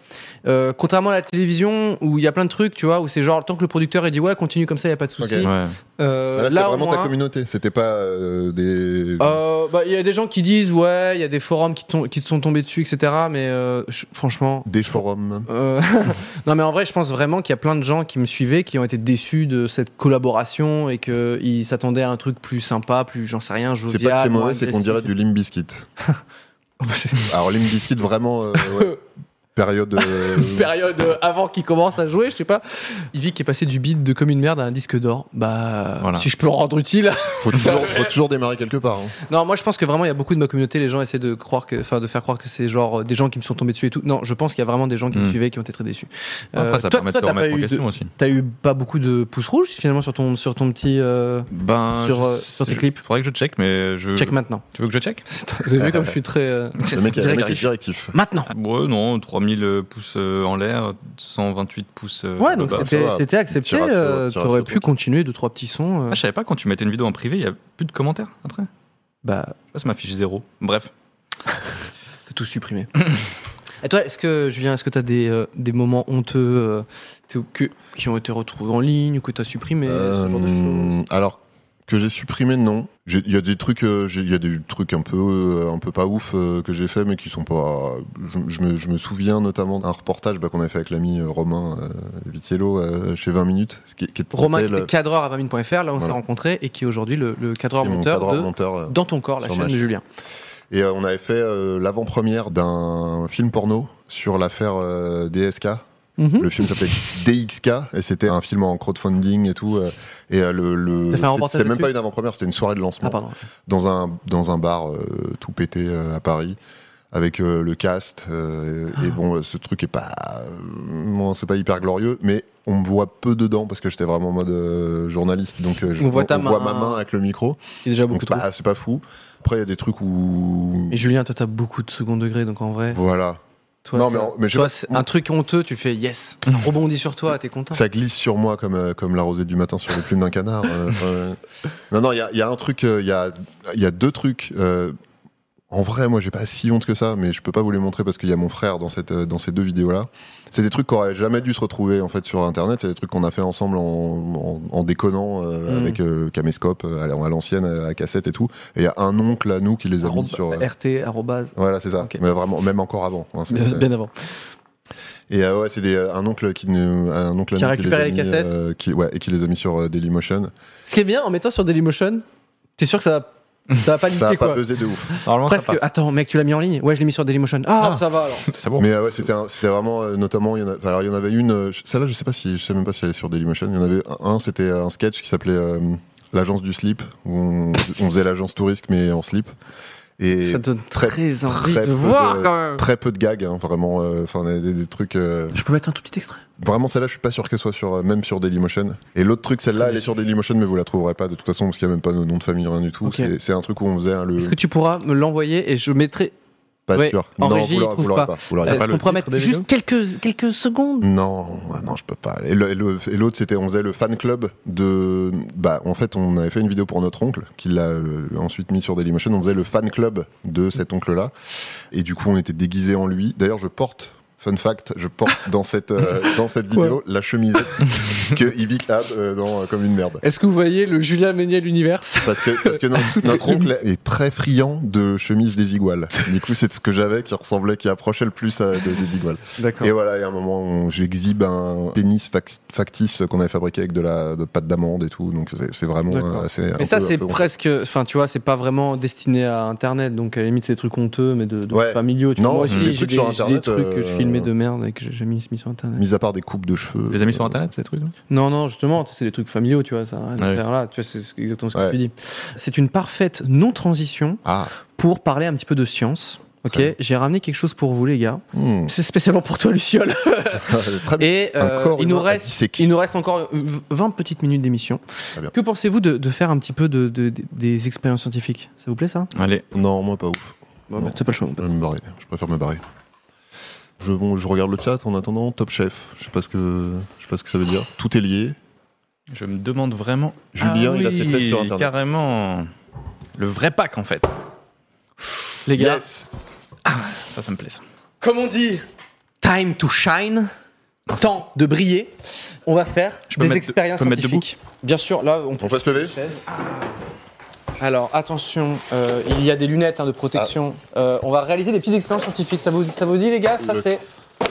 S1: Euh, contrairement à la télévision où il y a plein de trucs, tu vois, où c'est genre tant que le producteur a dit ouais, continue comme ça, il n'y a pas de souci.
S3: Ok.
S2: Ouais.
S1: Euh,
S3: Ah, là, c'est
S1: au
S3: vraiment ta
S1: moins,
S3: communauté. C'était pas euh, des.
S1: euh, bah, Il y a des gens qui disent, ouais, il y a des forums qui, ton- qui te sont tombés dessus, etc. Mais euh, je- franchement.
S3: Des forums.
S1: euh, non, mais en vrai, je pense vraiment qu'il y a plein de gens qui me suivaient, qui ont été déçus de cette collaboration et qu'ils s'attendaient à un truc plus sympa, plus, j'en sais rien,
S3: C'est
S1: jovial.
S3: pas que c'est
S1: moins
S3: mauvais, c'est qu'on dirait
S1: agressif.
S3: du Limp Bizkit. Alors, Limp Bizkit, vraiment. euh, ouais, période. euh,
S1: Période euh, avant qu'ils commencent à jouer, je sais pas. Ivy qui est passé du beat de comme une merde à un disque d'or. Bah,
S2: Voilà.
S1: si je peux le rendre utile.
S3: faut, toujours, faut toujours démarrer quelque part. hein.
S1: Non, moi je pense que vraiment il y a beaucoup de ma communauté, les gens essaient de croire que, enfin, de faire croire que c'est genre euh, des gens qui me sont tombés dessus et tout. Non, je pense qu'il y a vraiment des gens qui me
S2: Mm.
S1: suivaient qui ont été très déçus.
S2: Après,
S1: Euh,
S2: ça
S1: toi-
S2: permet de
S1: toi,
S2: te
S1: t'as pas
S2: remettre en
S1: eu de-
S2: question aussi.
S1: T'as eu pas beaucoup de pouces rouges finalement sur ton sur ton petit euh,
S2: Ben,
S1: Sur,
S2: je-
S1: euh, sur tes
S2: je-
S1: clips.
S2: Faudrait que je check, mais je.
S1: check maintenant.
S2: Tu veux que je check
S1: Vous avez vu comme je suis très euh,
S3: Le mec, est- le
S1: direct.
S3: mec est directif.
S1: maintenant.
S2: Ouais, non, 3000 euh, pouces euh, en l'air, 128 pouces. euh,
S1: Ouais, donc
S3: bah,
S1: c'était
S3: ça va.
S1: c'était accepté.
S3: Tirage sur-
S1: euh,
S3: tirage
S1: T'aurais
S3: sur
S1: pu
S3: ton-
S1: continuer deux trois petits sons. euh,
S2: Ah, je savais pas quand tu mettais une vidéo en privé, il y a plus de commentaires après. Je
S1: bah,
S2: sais pas, ça m'affiche zéro. Bref.
S1: t'as tout supprimé. Et toi, est-ce que Julien, est-ce que t'as des euh, des moments honteux euh, t'es- que- qui ont été retrouvés en ligne ou que t'as supprimé ce genre de choses
S3: Euh, alors que j'ai supprimé non J'ai- il y a des trucs euh, j'ai- il y a des trucs un peu euh, un peu pas ouf euh, que j'ai fait mais qui sont pas je, je me, je me souviens notamment d'un reportage bah, qu'on avait fait avec l'ami euh, Romain euh, Vitiello euh, chez 20 minutes ce qui, qui était
S1: Romain qui
S3: le-
S1: était cadreur à 20 000.fr, là on s'est
S3: Voilà.
S1: rencontrés et qui est aujourd'hui le, le cadreur
S3: qui est mon
S1: monteur
S3: cadreur
S1: de
S3: monteur, euh.
S1: Dans ton corps, la
S3: Sur
S1: chaîne
S3: ma
S1: de
S3: chaîne.
S1: Julien.
S3: et euh, on avait fait euh, l'avant-première d'un film porno sur l'affaire euh, DSK
S1: Mhm.
S3: le film s'appelait DXK X-K et c'était un film en crowdfunding et tout. euh, Et euh, le,
S1: T'as
S3: le-
S1: fait un
S3: c'était-
S1: reportage
S3: c'était même
S1: dessus
S3: pas une avant-première, c'était une soirée de lancement
S1: Ah, pardon.
S3: dans un dans un bar euh, tout pété euh, à Paris avec euh, le cast euh,
S1: Ah.
S3: et, et bon ce truc est pas euh, bon, c'est pas hyper glorieux mais on me voit peu dedans parce que j'étais vraiment en mode euh, journaliste donc euh, je-
S1: On voit ta main.
S3: ma main avec le micro
S1: C'est déjà
S3: donc
S1: beaucoup
S3: c'est
S1: trop.
S3: pas c'est pas fou après il y a des trucs où
S1: Et Julien, toi, t'as beaucoup de second degré, donc en vrai.
S3: voilà
S1: Toi,
S3: Non,
S1: ça-
S3: mais en- mais je sais
S1: toi,
S3: pas-
S1: c'est un truc honteux, tu fais yes. Ça rebondit sur toi, t'es content.
S3: Ça glisse sur moi comme, euh, comme la rosée du matin sur les plumes d'un canard. euh, euh. Non, non, il y a, il y a un truc, euh, il y a, il y a deux trucs. euh, en vrai, moi, j'ai pas si honte que ça, mais je peux pas vous les montrer parce qu'il y a mon frère dans, cette, euh, dans ces deux vidéos-là. C'est des trucs qu'on aurait jamais dû se retrouver en fait sur Internet. C'est des trucs qu'on a fait ensemble en, en- en déconnant euh,
S1: Mm.
S3: avec euh, le caméscope euh, à la- à l'ancienne, à la cassette et tout. Et il y a un oncle à nous qui les a mis
S1: Arroba-
S3: sur. euh,
S1: RT, arrobase.
S3: voilà, c'est ça.
S1: Ok.
S3: Mais vraiment, même encore avant. hein, c'est-
S1: Bien, bien avant.
S3: et euh, ouais, c'est des, euh, un oncle qui nous, un oncle à
S1: Qui a
S3: nous
S1: récupéré
S3: les
S1: les
S3: mis,
S1: cassettes.
S3: euh, qui, ouais, et qui les a mis sur euh, Dailymotion.
S1: Ce qui est bien, en mettant sur Dailymotion, t'es sûr que ça va, ça va pas
S3: Ça a
S1: lister
S3: pas
S1: quoi.
S3: buzzé de ouf.
S2: Normalement, ça
S1: Presque.
S2: passe.
S1: Attends, mec, tu l'as mis en ligne Ouais, je l'ai mis sur Dailymotion. Ah,
S2: Ah.
S1: ça va alors.
S2: C'est bon.
S3: Mais euh, ouais, c'était, un- c'était vraiment, euh, notamment, il y en a- enfin, alors il y en avait une. euh, je- Celle-là, je sais pas si, je sais même pas si elle est sur Dailymotion. Il y en avait un, un, c'était euh, un sketch qui s'appelait euh, l'agence du slip où on, on faisait l'agence touriste mais en slip. Et
S1: ça donne
S3: très,
S1: très, envie
S3: très
S1: de
S3: peu
S1: voir
S3: de-
S1: quand même.
S3: très peu de gags, hein, vraiment. euh, Enfin, des- des, des trucs. euh,
S1: Je peux mettre un tout petit extrait.
S3: Vraiment, celle-là, je suis pas sûr qu'elle soit sur, euh, même sur Dailymotion. Et l'autre truc, celle-là, elle est sur Dailymotion, mais vous la trouverez pas de toute façon, parce qu'il y a même pas de nom de famille, rien du tout.
S1: Ok.
S3: C'est- C'est un truc où on faisait hein, le.
S1: Est-ce que tu pourras me l'envoyer et je mettrai.
S3: Pas
S1: ouais,
S3: sûr.
S1: en
S3: non,
S1: régie,
S3: vous
S1: il
S3: l'aurez-
S1: trouve
S3: vous l'aurez
S1: pas.
S3: Vous l'aurez
S1: Est-ce
S3: pas.
S2: le
S1: qu'on pourra
S2: titre
S1: mettre
S2: des
S1: juste
S2: vidéos
S1: quelques, quelques secondes
S3: Non, ah non, je peux pas. Et le- et le- et l'autre, c'était, on faisait le fan club de. Bah, en fait, on avait fait une vidéo pour notre oncle, qui l'a euh, ensuite mis sur Dailymotion. On faisait le fan club de cet oncle-là. Et du coup, on était déguisés en lui. D'ailleurs, je porte. Fun fact, je porte dans cette, euh, dans cette vidéo la chemisette que Yvick a euh, dans euh, Comme une merde.
S1: Est-ce que vous voyez le Julien Méniel l'univers
S3: Parce que, parce que notre, notre oncle est très friand de chemises des iguales. Du coup, c'est ce que j'avais qui ressemblait, qui approchait le plus à, de, des iguales.
S1: D'accord.
S3: Et voilà, il y a un moment où j'exhibe un pénis fac- factice qu'on avait fabriqué avec de la de pâte d'amande et tout. Donc, c'est- c'est vraiment
S1: D'accord.
S3: euh, assez. un
S1: Mais ça,
S3: peu- un
S1: c'est
S3: peu honteux.
S1: presque. Enfin, tu vois, c'est pas vraiment destiné à Internet. Donc, à la limite, c'est des trucs honteux, mais de, de
S3: Ouais.
S1: familiaux. Tu
S3: Non,
S1: vois, moi
S3: des
S1: aussi, j'ai
S3: trucs
S1: des,
S3: sur
S1: j'ai des
S3: Internet,
S1: trucs que je
S3: euh,
S1: filmais de merde et que j'ai jamais mis sur Internet.
S3: Mis à part des coupes de cheveux.
S2: Tu les as mis sur
S3: euh,
S2: internet ces trucs là
S1: Non, non, justement, c'est des trucs familiaux, tu vois. Ça, a rien à
S2: Ouais.
S1: faire là, tu vois, c'est ce- exactement ce
S3: Ouais.
S1: que tu dis. C'est une parfaite non-transition
S3: Ah.
S1: pour parler un petit peu de science. Ok,
S3: Très bien.
S1: j'ai ramené quelque chose pour vous, les gars.
S3: hmm. Ah,
S1: C'est spécialement pour toi, Luciole.
S3: Très bien.
S1: Et euh,
S3: Un corps
S1: il, nous
S3: humain à
S1: reste,
S3: disséquer.
S1: il nous reste encore euh, 20 petites minutes d'émission.
S3: Très bien.
S1: Que pensez-vous de, de faire un petit peu de, de- de- des expériences scientifiques Ça vous plaît ça
S2: Allez,
S3: Non, moi, pas ouf.
S1: Bon,
S3: Non.
S1: bah, C'est pas le choix.
S3: Je vais me barrer. Je préfère me barrer. Je, bon, je regarde le chat en attendant. Top Chef. Je sais pas ce que, je sais pas ce que ça veut dire. Tout est lié.
S2: je me demande vraiment.
S3: Julien,
S2: Ah
S3: il a ses
S2: oui,
S3: fesses sur Internet.
S2: Carrément. Le vrai pack en fait.
S1: Les gars,
S3: Yes.
S2: Ça, ça me plaît. ça.
S1: comme on dit, time to shine, temps de briller. On va faire
S2: peux
S1: des
S2: mettre-
S1: expériences
S2: je peux mettre
S1: scientifiques. Bien sûr, là, on
S3: On peut se lever
S1: Alors attention, euh, il y a des lunettes hein, de protection. Euh, on va réaliser des petites expériences scientifiques. Ça vous, ça vous dit les gars Ça
S3: Le-
S1: c'est.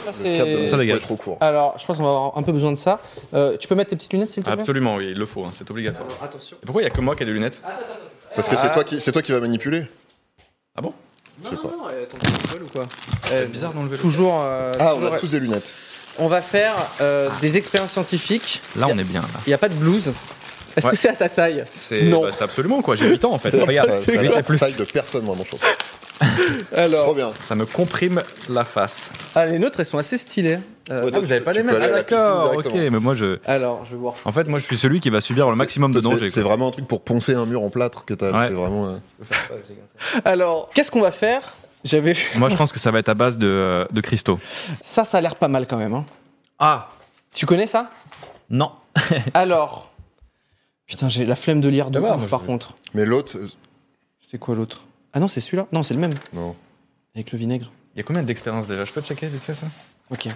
S1: ça, c'est- Ah.
S2: Ça, les gars.
S3: trop court.
S1: Alors je pense qu'on va avoir un peu besoin de ça. Euh, tu peux mettre tes petites lunettes s'il te plaît
S2: Absolument, oui, il le faut, hein, c'est obligatoire.
S1: Attention.
S2: Et pourquoi il y a que moi qui ai des lunettes
S3: Parce
S1: Ah.
S3: que c'est toi qui, c'est toi qui va manipuler.
S2: Ah bon
S1: Non,
S3: sais
S1: non,
S3: pas.
S1: non, euh, ton téléphone ou quoi Euh,
S2: Bizarre d'enlever le.
S1: Toujours. euh,
S3: Ah, on
S1: toujours-
S3: a tous des lunettes.
S1: on va faire euh, des expériences scientifiques.
S2: Là, on est bien. Là.
S1: Il n'y a pas de blouse. Est-ce que
S2: Ouais.
S1: c'est à ta taille
S2: C'est
S1: Non.
S2: bah, c'est absolument quoi, j'ai 8 ans en fait. Regarde,
S3: Ça- ça a
S2: 8
S3: la
S2: et plus. Ah,
S3: taille de personne, moi, mon chance.
S1: Alors,
S3: Trop bien.
S2: Ça me comprime la face.
S1: ah, Oh, les nôtres, elles sont assez stylées. Euh,
S3: Ouais,
S2: Ah, vous avez pas les
S3: peux
S2: mêmes
S3: aller
S2: Ah,
S3: à la piscine
S2: d'accord, ok,
S3: directement.
S2: mais moi je.
S1: alors, je vais voir.
S2: En fait, moi je suis celui qui va subir le maximum de
S3: C'est-
S2: danger.
S3: C'est vraiment un truc pour poncer un mur en plâtre que t'as.
S2: Ouais.
S3: C'est vraiment. euh,
S1: Alors, qu'est-ce qu'on va faire J'avais vu.
S2: Moi je pense que ça va être à base de, euh, de cristaux.
S1: Ça, ça a l'air pas mal quand même. hein.
S2: Ah
S1: Tu connais ça
S2: Non
S1: Alors. Putain, j'ai la flemme de lire de
S2: Ça va,
S1: ouf,
S2: moi,
S1: par
S2: je-
S1: contre.
S3: Mais l'autre, euh,
S1: C'était quoi l'autre Ah non, c'est celui-là Non, c'est le même.
S3: non.
S1: Avec le vinaigre.
S2: Il y a combien d'expériences déjà Je peux checker vite fait ça
S1: Ok.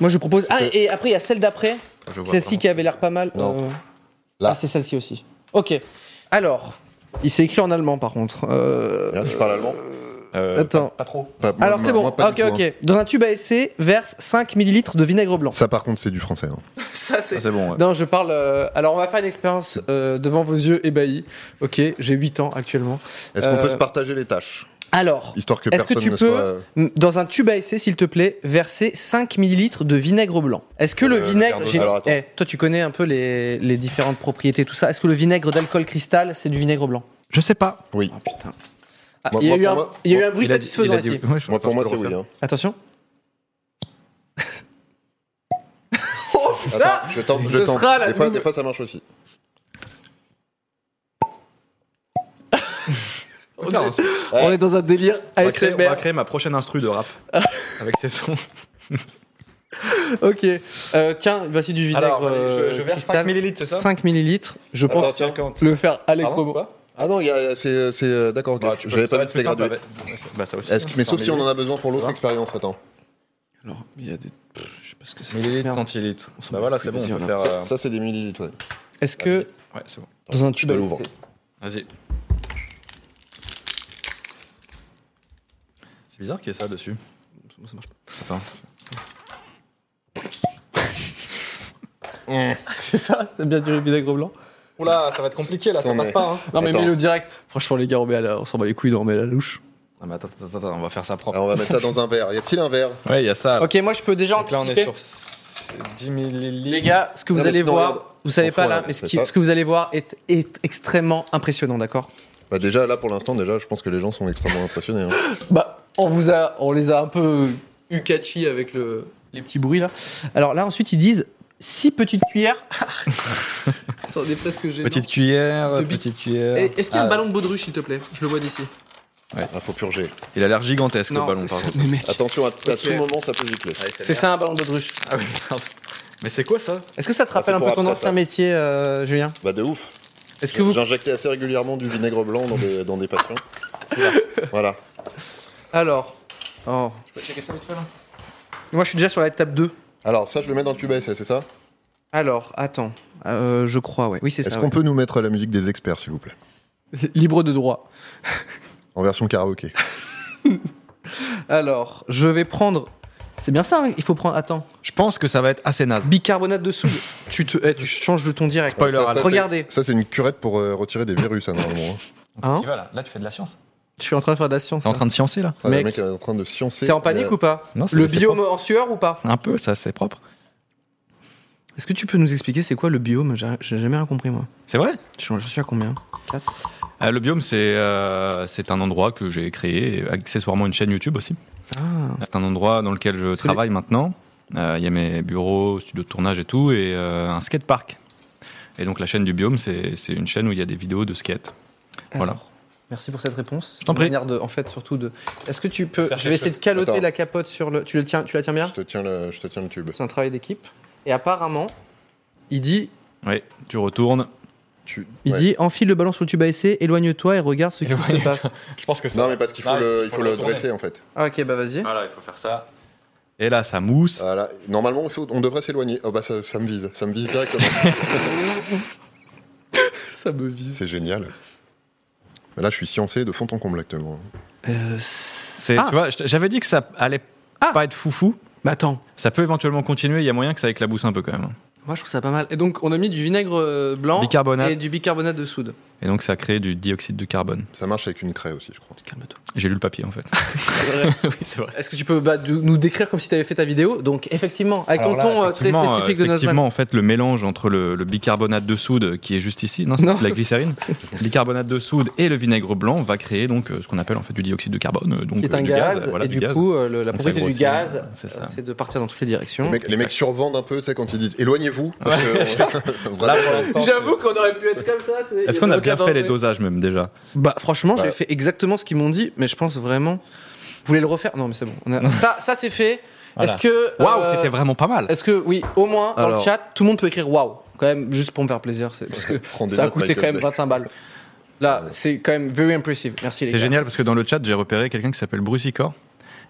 S1: Moi, je propose. Ah, et après, il y a celle d'après.
S2: Je vois
S1: Celle-ci
S2: vraiment.
S1: qui avait l'air pas mal.
S3: Non.
S1: euh,
S3: hein. Là.
S1: Ah, c'est celle-ci aussi. Ok. Alors. Il s'est écrit en allemand, par contre. Euh,
S3: Regarde, Hein, tu parles allemand.
S2: Euh,
S1: Attends.
S3: Pas- moi,
S1: Alors, c'est
S3: moi,
S1: bon.
S3: moi, pas
S1: Ok,
S3: du tout, hein.
S1: ok. Dans un tube à essai, verse 5 ml de vinaigre blanc.
S3: Ça, par contre, c'est du français. hein.
S1: Ça,
S2: Ah, c'est bon. ouais.
S1: Non, je parle. euh, alors, on va faire une expérience euh, devant vos yeux ébahis. Ok, j'ai 8 ans actuellement.
S3: Est-ce qu'on
S1: Euh,
S3: peut se partager les tâches
S1: Alors,
S3: Histoire que
S1: est-ce que
S3: personne
S1: tu
S3: ne
S1: peux,
S3: soit. euh,
S1: m- dans un tube à essai, s'il te plaît, verser 5 millilitres de vinaigre blanc Est-ce que le
S3: Euh,
S1: vinaigre.
S3: Ricardo,
S1: j'ai-
S3: alors, attends.
S1: Eh, toi, tu connais un peu les, les différentes propriétés, tout ça. Est-ce que le vinaigre d'alcool cristal, c'est du vinaigre blanc
S2: Je sais pas.
S3: Oui.
S1: Ah putain. Ah,
S3: Moi-
S1: il y a
S3: moi,
S1: eu
S3: pour
S1: un,
S3: moi-
S1: il y a eu
S3: moi-
S1: un bruit
S2: Il a dit-
S1: satisfaisant
S2: il a dit-
S1: ici.
S2: Ouais, je-
S3: Moi,
S2: attends,
S3: pour moi,
S2: je
S3: c'est
S2: peux
S3: oui.
S2: refaire.
S3: hein.
S1: Attention.
S3: Attends, je tente, je
S1: Ce
S3: tente.
S1: Ah sera la
S3: Des fois,
S1: nouvelle-
S3: des fois, ça marche aussi.
S2: On va faire un son.
S1: On est dans un délire
S2: On va créer- on va
S1: ASMR.
S2: créer ma prochaine instru de rap avec ces sons.
S1: Ok. Euh, tiens, voici du vinaigre
S2: Alors, je, je
S1: euh,
S2: verse
S1: cristal.
S2: 5 millilitres, c'est ça
S1: 5 millilitres. Je pense
S3: Attention.
S1: le faire à
S2: Pardon,
S1: l'électro.
S2: quoi
S3: Ah non, il y a- c'est. c'est, euh, D'accord, ok.
S2: Bah, tu peux-
S3: J'avais
S2: ça
S3: pas
S2: va
S3: vu
S2: être
S3: que c'était
S2: plus simple
S3: gradué.
S2: avec- ouais, ça- bah, ça aussi.
S3: Est-ce que- Mais sauf si on en a besoin pour l'autre
S2: Ah.
S3: expérience, attends.
S1: Alors, il y a des. pff, je sais pas ce que c'est.
S2: Millilitres,
S1: Merde.
S2: centilitres.
S1: On s'en
S2: Bah
S1: bat
S2: voilà,
S1: plus
S2: c'est bon,
S1: des
S2: on peut
S1: yeux,
S2: faire. euh,
S3: Ça, c'est des millilitres, ouais.
S1: Est-ce que
S2: Ouais, c'est bon.
S1: dans un
S3: Je
S1: tube
S3: te
S1: à
S3: l'ouvre.
S1: essai-
S2: Vas-y. C'est bizarre qu'il y ait ça dessus.
S1: Ça marche pas.
S2: Attends.
S1: C'est ça, c'est bien du vinaigre blanc.
S2: Oula, ça va être compliqué là,
S3: ça passe pas,
S2: Hein.
S1: Non mais
S3: Attends.
S1: mets-le direct. Franchement les gars, on, met à la- on s'en bat les couilles, on met à la louche.
S2: Non, Ah, mais attends, attends, attends, on va faire ça propre.
S3: Alors, on va mettre ça dans un verre. Y a-t-il un verre
S2: Ouais, il y a ça.
S1: Ok, moi je peux déjà
S2: Donc là, on
S1: anticiper.
S2: est sur s- 10 millilitres.
S1: Les gars, ce que vous
S3: Non, mais
S1: allez
S3: sinon,
S1: voir,
S3: regarde,
S1: vous savez
S3: on
S1: pas
S3: fout,
S1: là,
S3: hein,
S1: mais ce,
S3: c'est
S1: qui-
S3: ça.
S1: ce que vous allez voir est, est extrêmement impressionnant, d'accord
S3: Bah, déjà, là, pour l'instant, déjà, je pense que les gens sont extrêmement impressionnés. hein.
S1: Bah, on vous a, on les a un peu eu catchy avec le, les petits bruits là. Alors là ensuite ils disent six petites cuillères. Ça en est presque gênant.
S2: Petite cuillère,
S1: De bite.
S2: petite cuillère.
S1: Et Est-ce qu'il y a
S2: Ah,
S1: un ballon de baudruche s'il te plaît Je le vois d'ici.
S3: Ah, faut purger.
S2: Il a l'air gigantesque le ballon,
S1: c'est
S2: par
S1: ça.
S2: contre.
S1: Mais mec,
S3: Attention, à, à
S1: Ok.
S3: tout moment, ça peut gicler.
S1: c'est ça un ballon de baudruche.
S2: Ah oui, merde. Mais c'est quoi ça
S1: Est-ce que ça te rappelle
S3: Ah, c'est
S1: un peu
S3: pour
S1: ton
S3: après,
S1: ancien
S3: ça.
S1: métier, euh, Julien
S3: Bah, de ouf.
S1: Est-ce que vous
S3: J'injectais assez régulièrement du vinaigre blanc dans des, dans des patients. voilà.
S1: Alors. Oh. Tu peux checker ça vite fait là Moi je suis déjà sur la étape 2.
S3: Alors, ça, je le mets dans le tube à essai, c'est ça
S1: Alors, attends. Euh, je crois, ouais. Oui, c'est
S3: Est-ce
S1: ça.
S3: qu'on
S1: ouais.
S3: peut nous mettre la musique des experts, s'il vous plaît
S1: Libre de droit.
S3: En version karaoké.
S1: Alors, je vais prendre. C'est bien ça, hein, il faut prendre. Attends.
S2: Je pense que ça va être assez naze.
S1: Bicarbonate de soude. tu, te... eh, tu changes de ton direct.
S2: Spoiler
S3: Ça, ça,
S2: alert.
S3: c'est-
S1: Regardez.
S3: Ça, c'est une curette pour euh, retirer des virus, hein, normalement. hein.
S1: Hein
S2: Tu vas là, là tu fais de la science.
S1: Je suis en train de faire de la science. hein.
S2: T'es en
S1: là.
S2: train de sciencer là
S3: Ah, le
S1: Mec.
S3: mec est en train de sciencer. Euh,
S1: T'es en panique
S3: mais-
S1: ou pas
S2: Non, c'est-
S1: Le
S2: c'est
S1: biome en sueur ou pas
S2: Un peu, ça c'est propre.
S1: Est-ce que tu peux nous expliquer c'est quoi le biome J'ai j'ai jamais rien compris, moi.
S2: C'est vrai
S1: Je suis- je suis à combien
S2: Euh, Le biome, c'est euh, c'est un endroit que j'ai créé, et accessoirement une chaîne YouTube aussi.
S1: Ah.
S2: C'est un endroit dans lequel je travaille maintenant. Euh, Il y a mes bureaux, studio de tournage et tout, et euh, un skatepark. Et donc la chaîne du biome, c'est c'est une chaîne où il y a des vidéos de skate. Voilà.
S1: Alors, Merci pour cette réponse.
S2: t'en
S1: Une
S2: prie.
S1: Manière de, en fait, surtout de. Est-ce que tu peux
S2: Faire
S1: Je vais essayer de caloter
S3: Attends.
S1: la capote sur le. Tu le tiens, tu la tiens bien
S3: Je te tiens le, je te tiens le tube.
S1: C'est un travail d'équipe. Et apparemment, il dit,
S2: Oui, tu retournes.
S3: Tu-
S1: il
S3: ouais.
S1: dit, enfile le ballon sur le tube à essai, éloigne-toi et regarde ce qui se passe.
S2: Je pense que
S3: Non, mais parce qu'il faut
S2: Non,
S3: le, il faut le
S2: retourner.
S3: dresser, en fait.
S1: Ah, ok, bah vas-y.
S2: Voilà, il faut faire ça. Et là, ça mousse.
S3: Voilà. Normalement, il faut- on devrait s'éloigner. Oh, bah, ça, ça me vise. Ça me vise directement.
S1: Ça me vise.
S3: c'est génial. Mais Là, je suis sciencé de fond en comble actuellement.
S1: Euh,
S2: C'est- Tu vois, je t- j'avais dit que ça allait
S1: Ah.
S2: pas être foufou.
S1: Bah attends,
S2: Ça peut éventuellement continuer. Il y a moyen que ça éclabousse un peu quand même.
S1: moi je trouve ça pas mal. Et donc on a mis du vinaigre euh, blanc
S2: Bicarbonate.
S1: et du bicarbonate de soude.
S2: Et donc, ça crée du dioxyde de carbone.
S3: Ça marche avec une craie aussi, je crois.
S1: Calme-toi.
S2: J'ai lu le papier en fait. oui, c'est vrai.
S1: Est-ce que tu peux bah, du- nous décrire comme si tu avais fait ta vidéo Donc effectivement, avec
S2: Alors
S1: ton
S2: là,
S1: ton euh, très
S2: effectivement,
S1: spécifique
S2: euh,
S1: de Nozman.
S2: Effectivement, en fait, le mélange entre le, le bicarbonate de soude qui est juste ici, non, c'est
S1: Non.
S2: de la glycérine, le bicarbonate de soude et le vinaigre blanc va créer donc euh, ce qu'on appelle en fait du dioxyde de carbone, euh, donc
S1: Qui est
S2: euh,
S1: un
S2: du
S1: gaz,
S2: euh, voilà,
S1: et du,
S2: gaz.
S1: coup, euh, le- la
S2: Donc, ça
S1: propriété du
S2: grossit,
S1: gaz,
S2: euh, c'est
S1: euh,
S2: ça.
S1: c'est de partir dans toutes les
S3: Les
S1: directions.
S3: mecs, les mecs survendent un peu, tu sais, quand ils disent éloignez-vous. parce que- euh, Vraiment,
S1: J'avoue qu'on aurait pu être comme ça. tu sais, il y
S2: Est-ce qu'on a
S1: avait
S2: bien
S1: aucun
S2: fait les
S1: danger.
S2: dosages même déjà
S1: Bah franchement,
S3: Bah.
S1: j'ai fait exactement ce qu'ils m'ont dit, mais je pense vraiment. Vous voulez le refaire Non, mais c'est bon. on a- ça, ça c'est fait.
S2: Voilà.
S1: Est-ce que
S2: Waouh,
S1: euh,
S2: c'était vraiment pas mal.
S1: Est-ce que oui, au moins dans le
S3: Alors.
S1: chat, tout le monde peut écrire waouh quand même juste pour me faire plaisir, c'est parce que
S3: Prends des
S1: ça a
S3: notes,
S1: coûté
S3: Michael
S1: quand même
S3: Bay.
S1: 25 balles. Là, c'est quand même very impressive. Merci les
S2: C'est
S1: gars.
S2: génial parce que dans le chat, j'ai repéré quelqu'un qui s'appelle Bruce Icor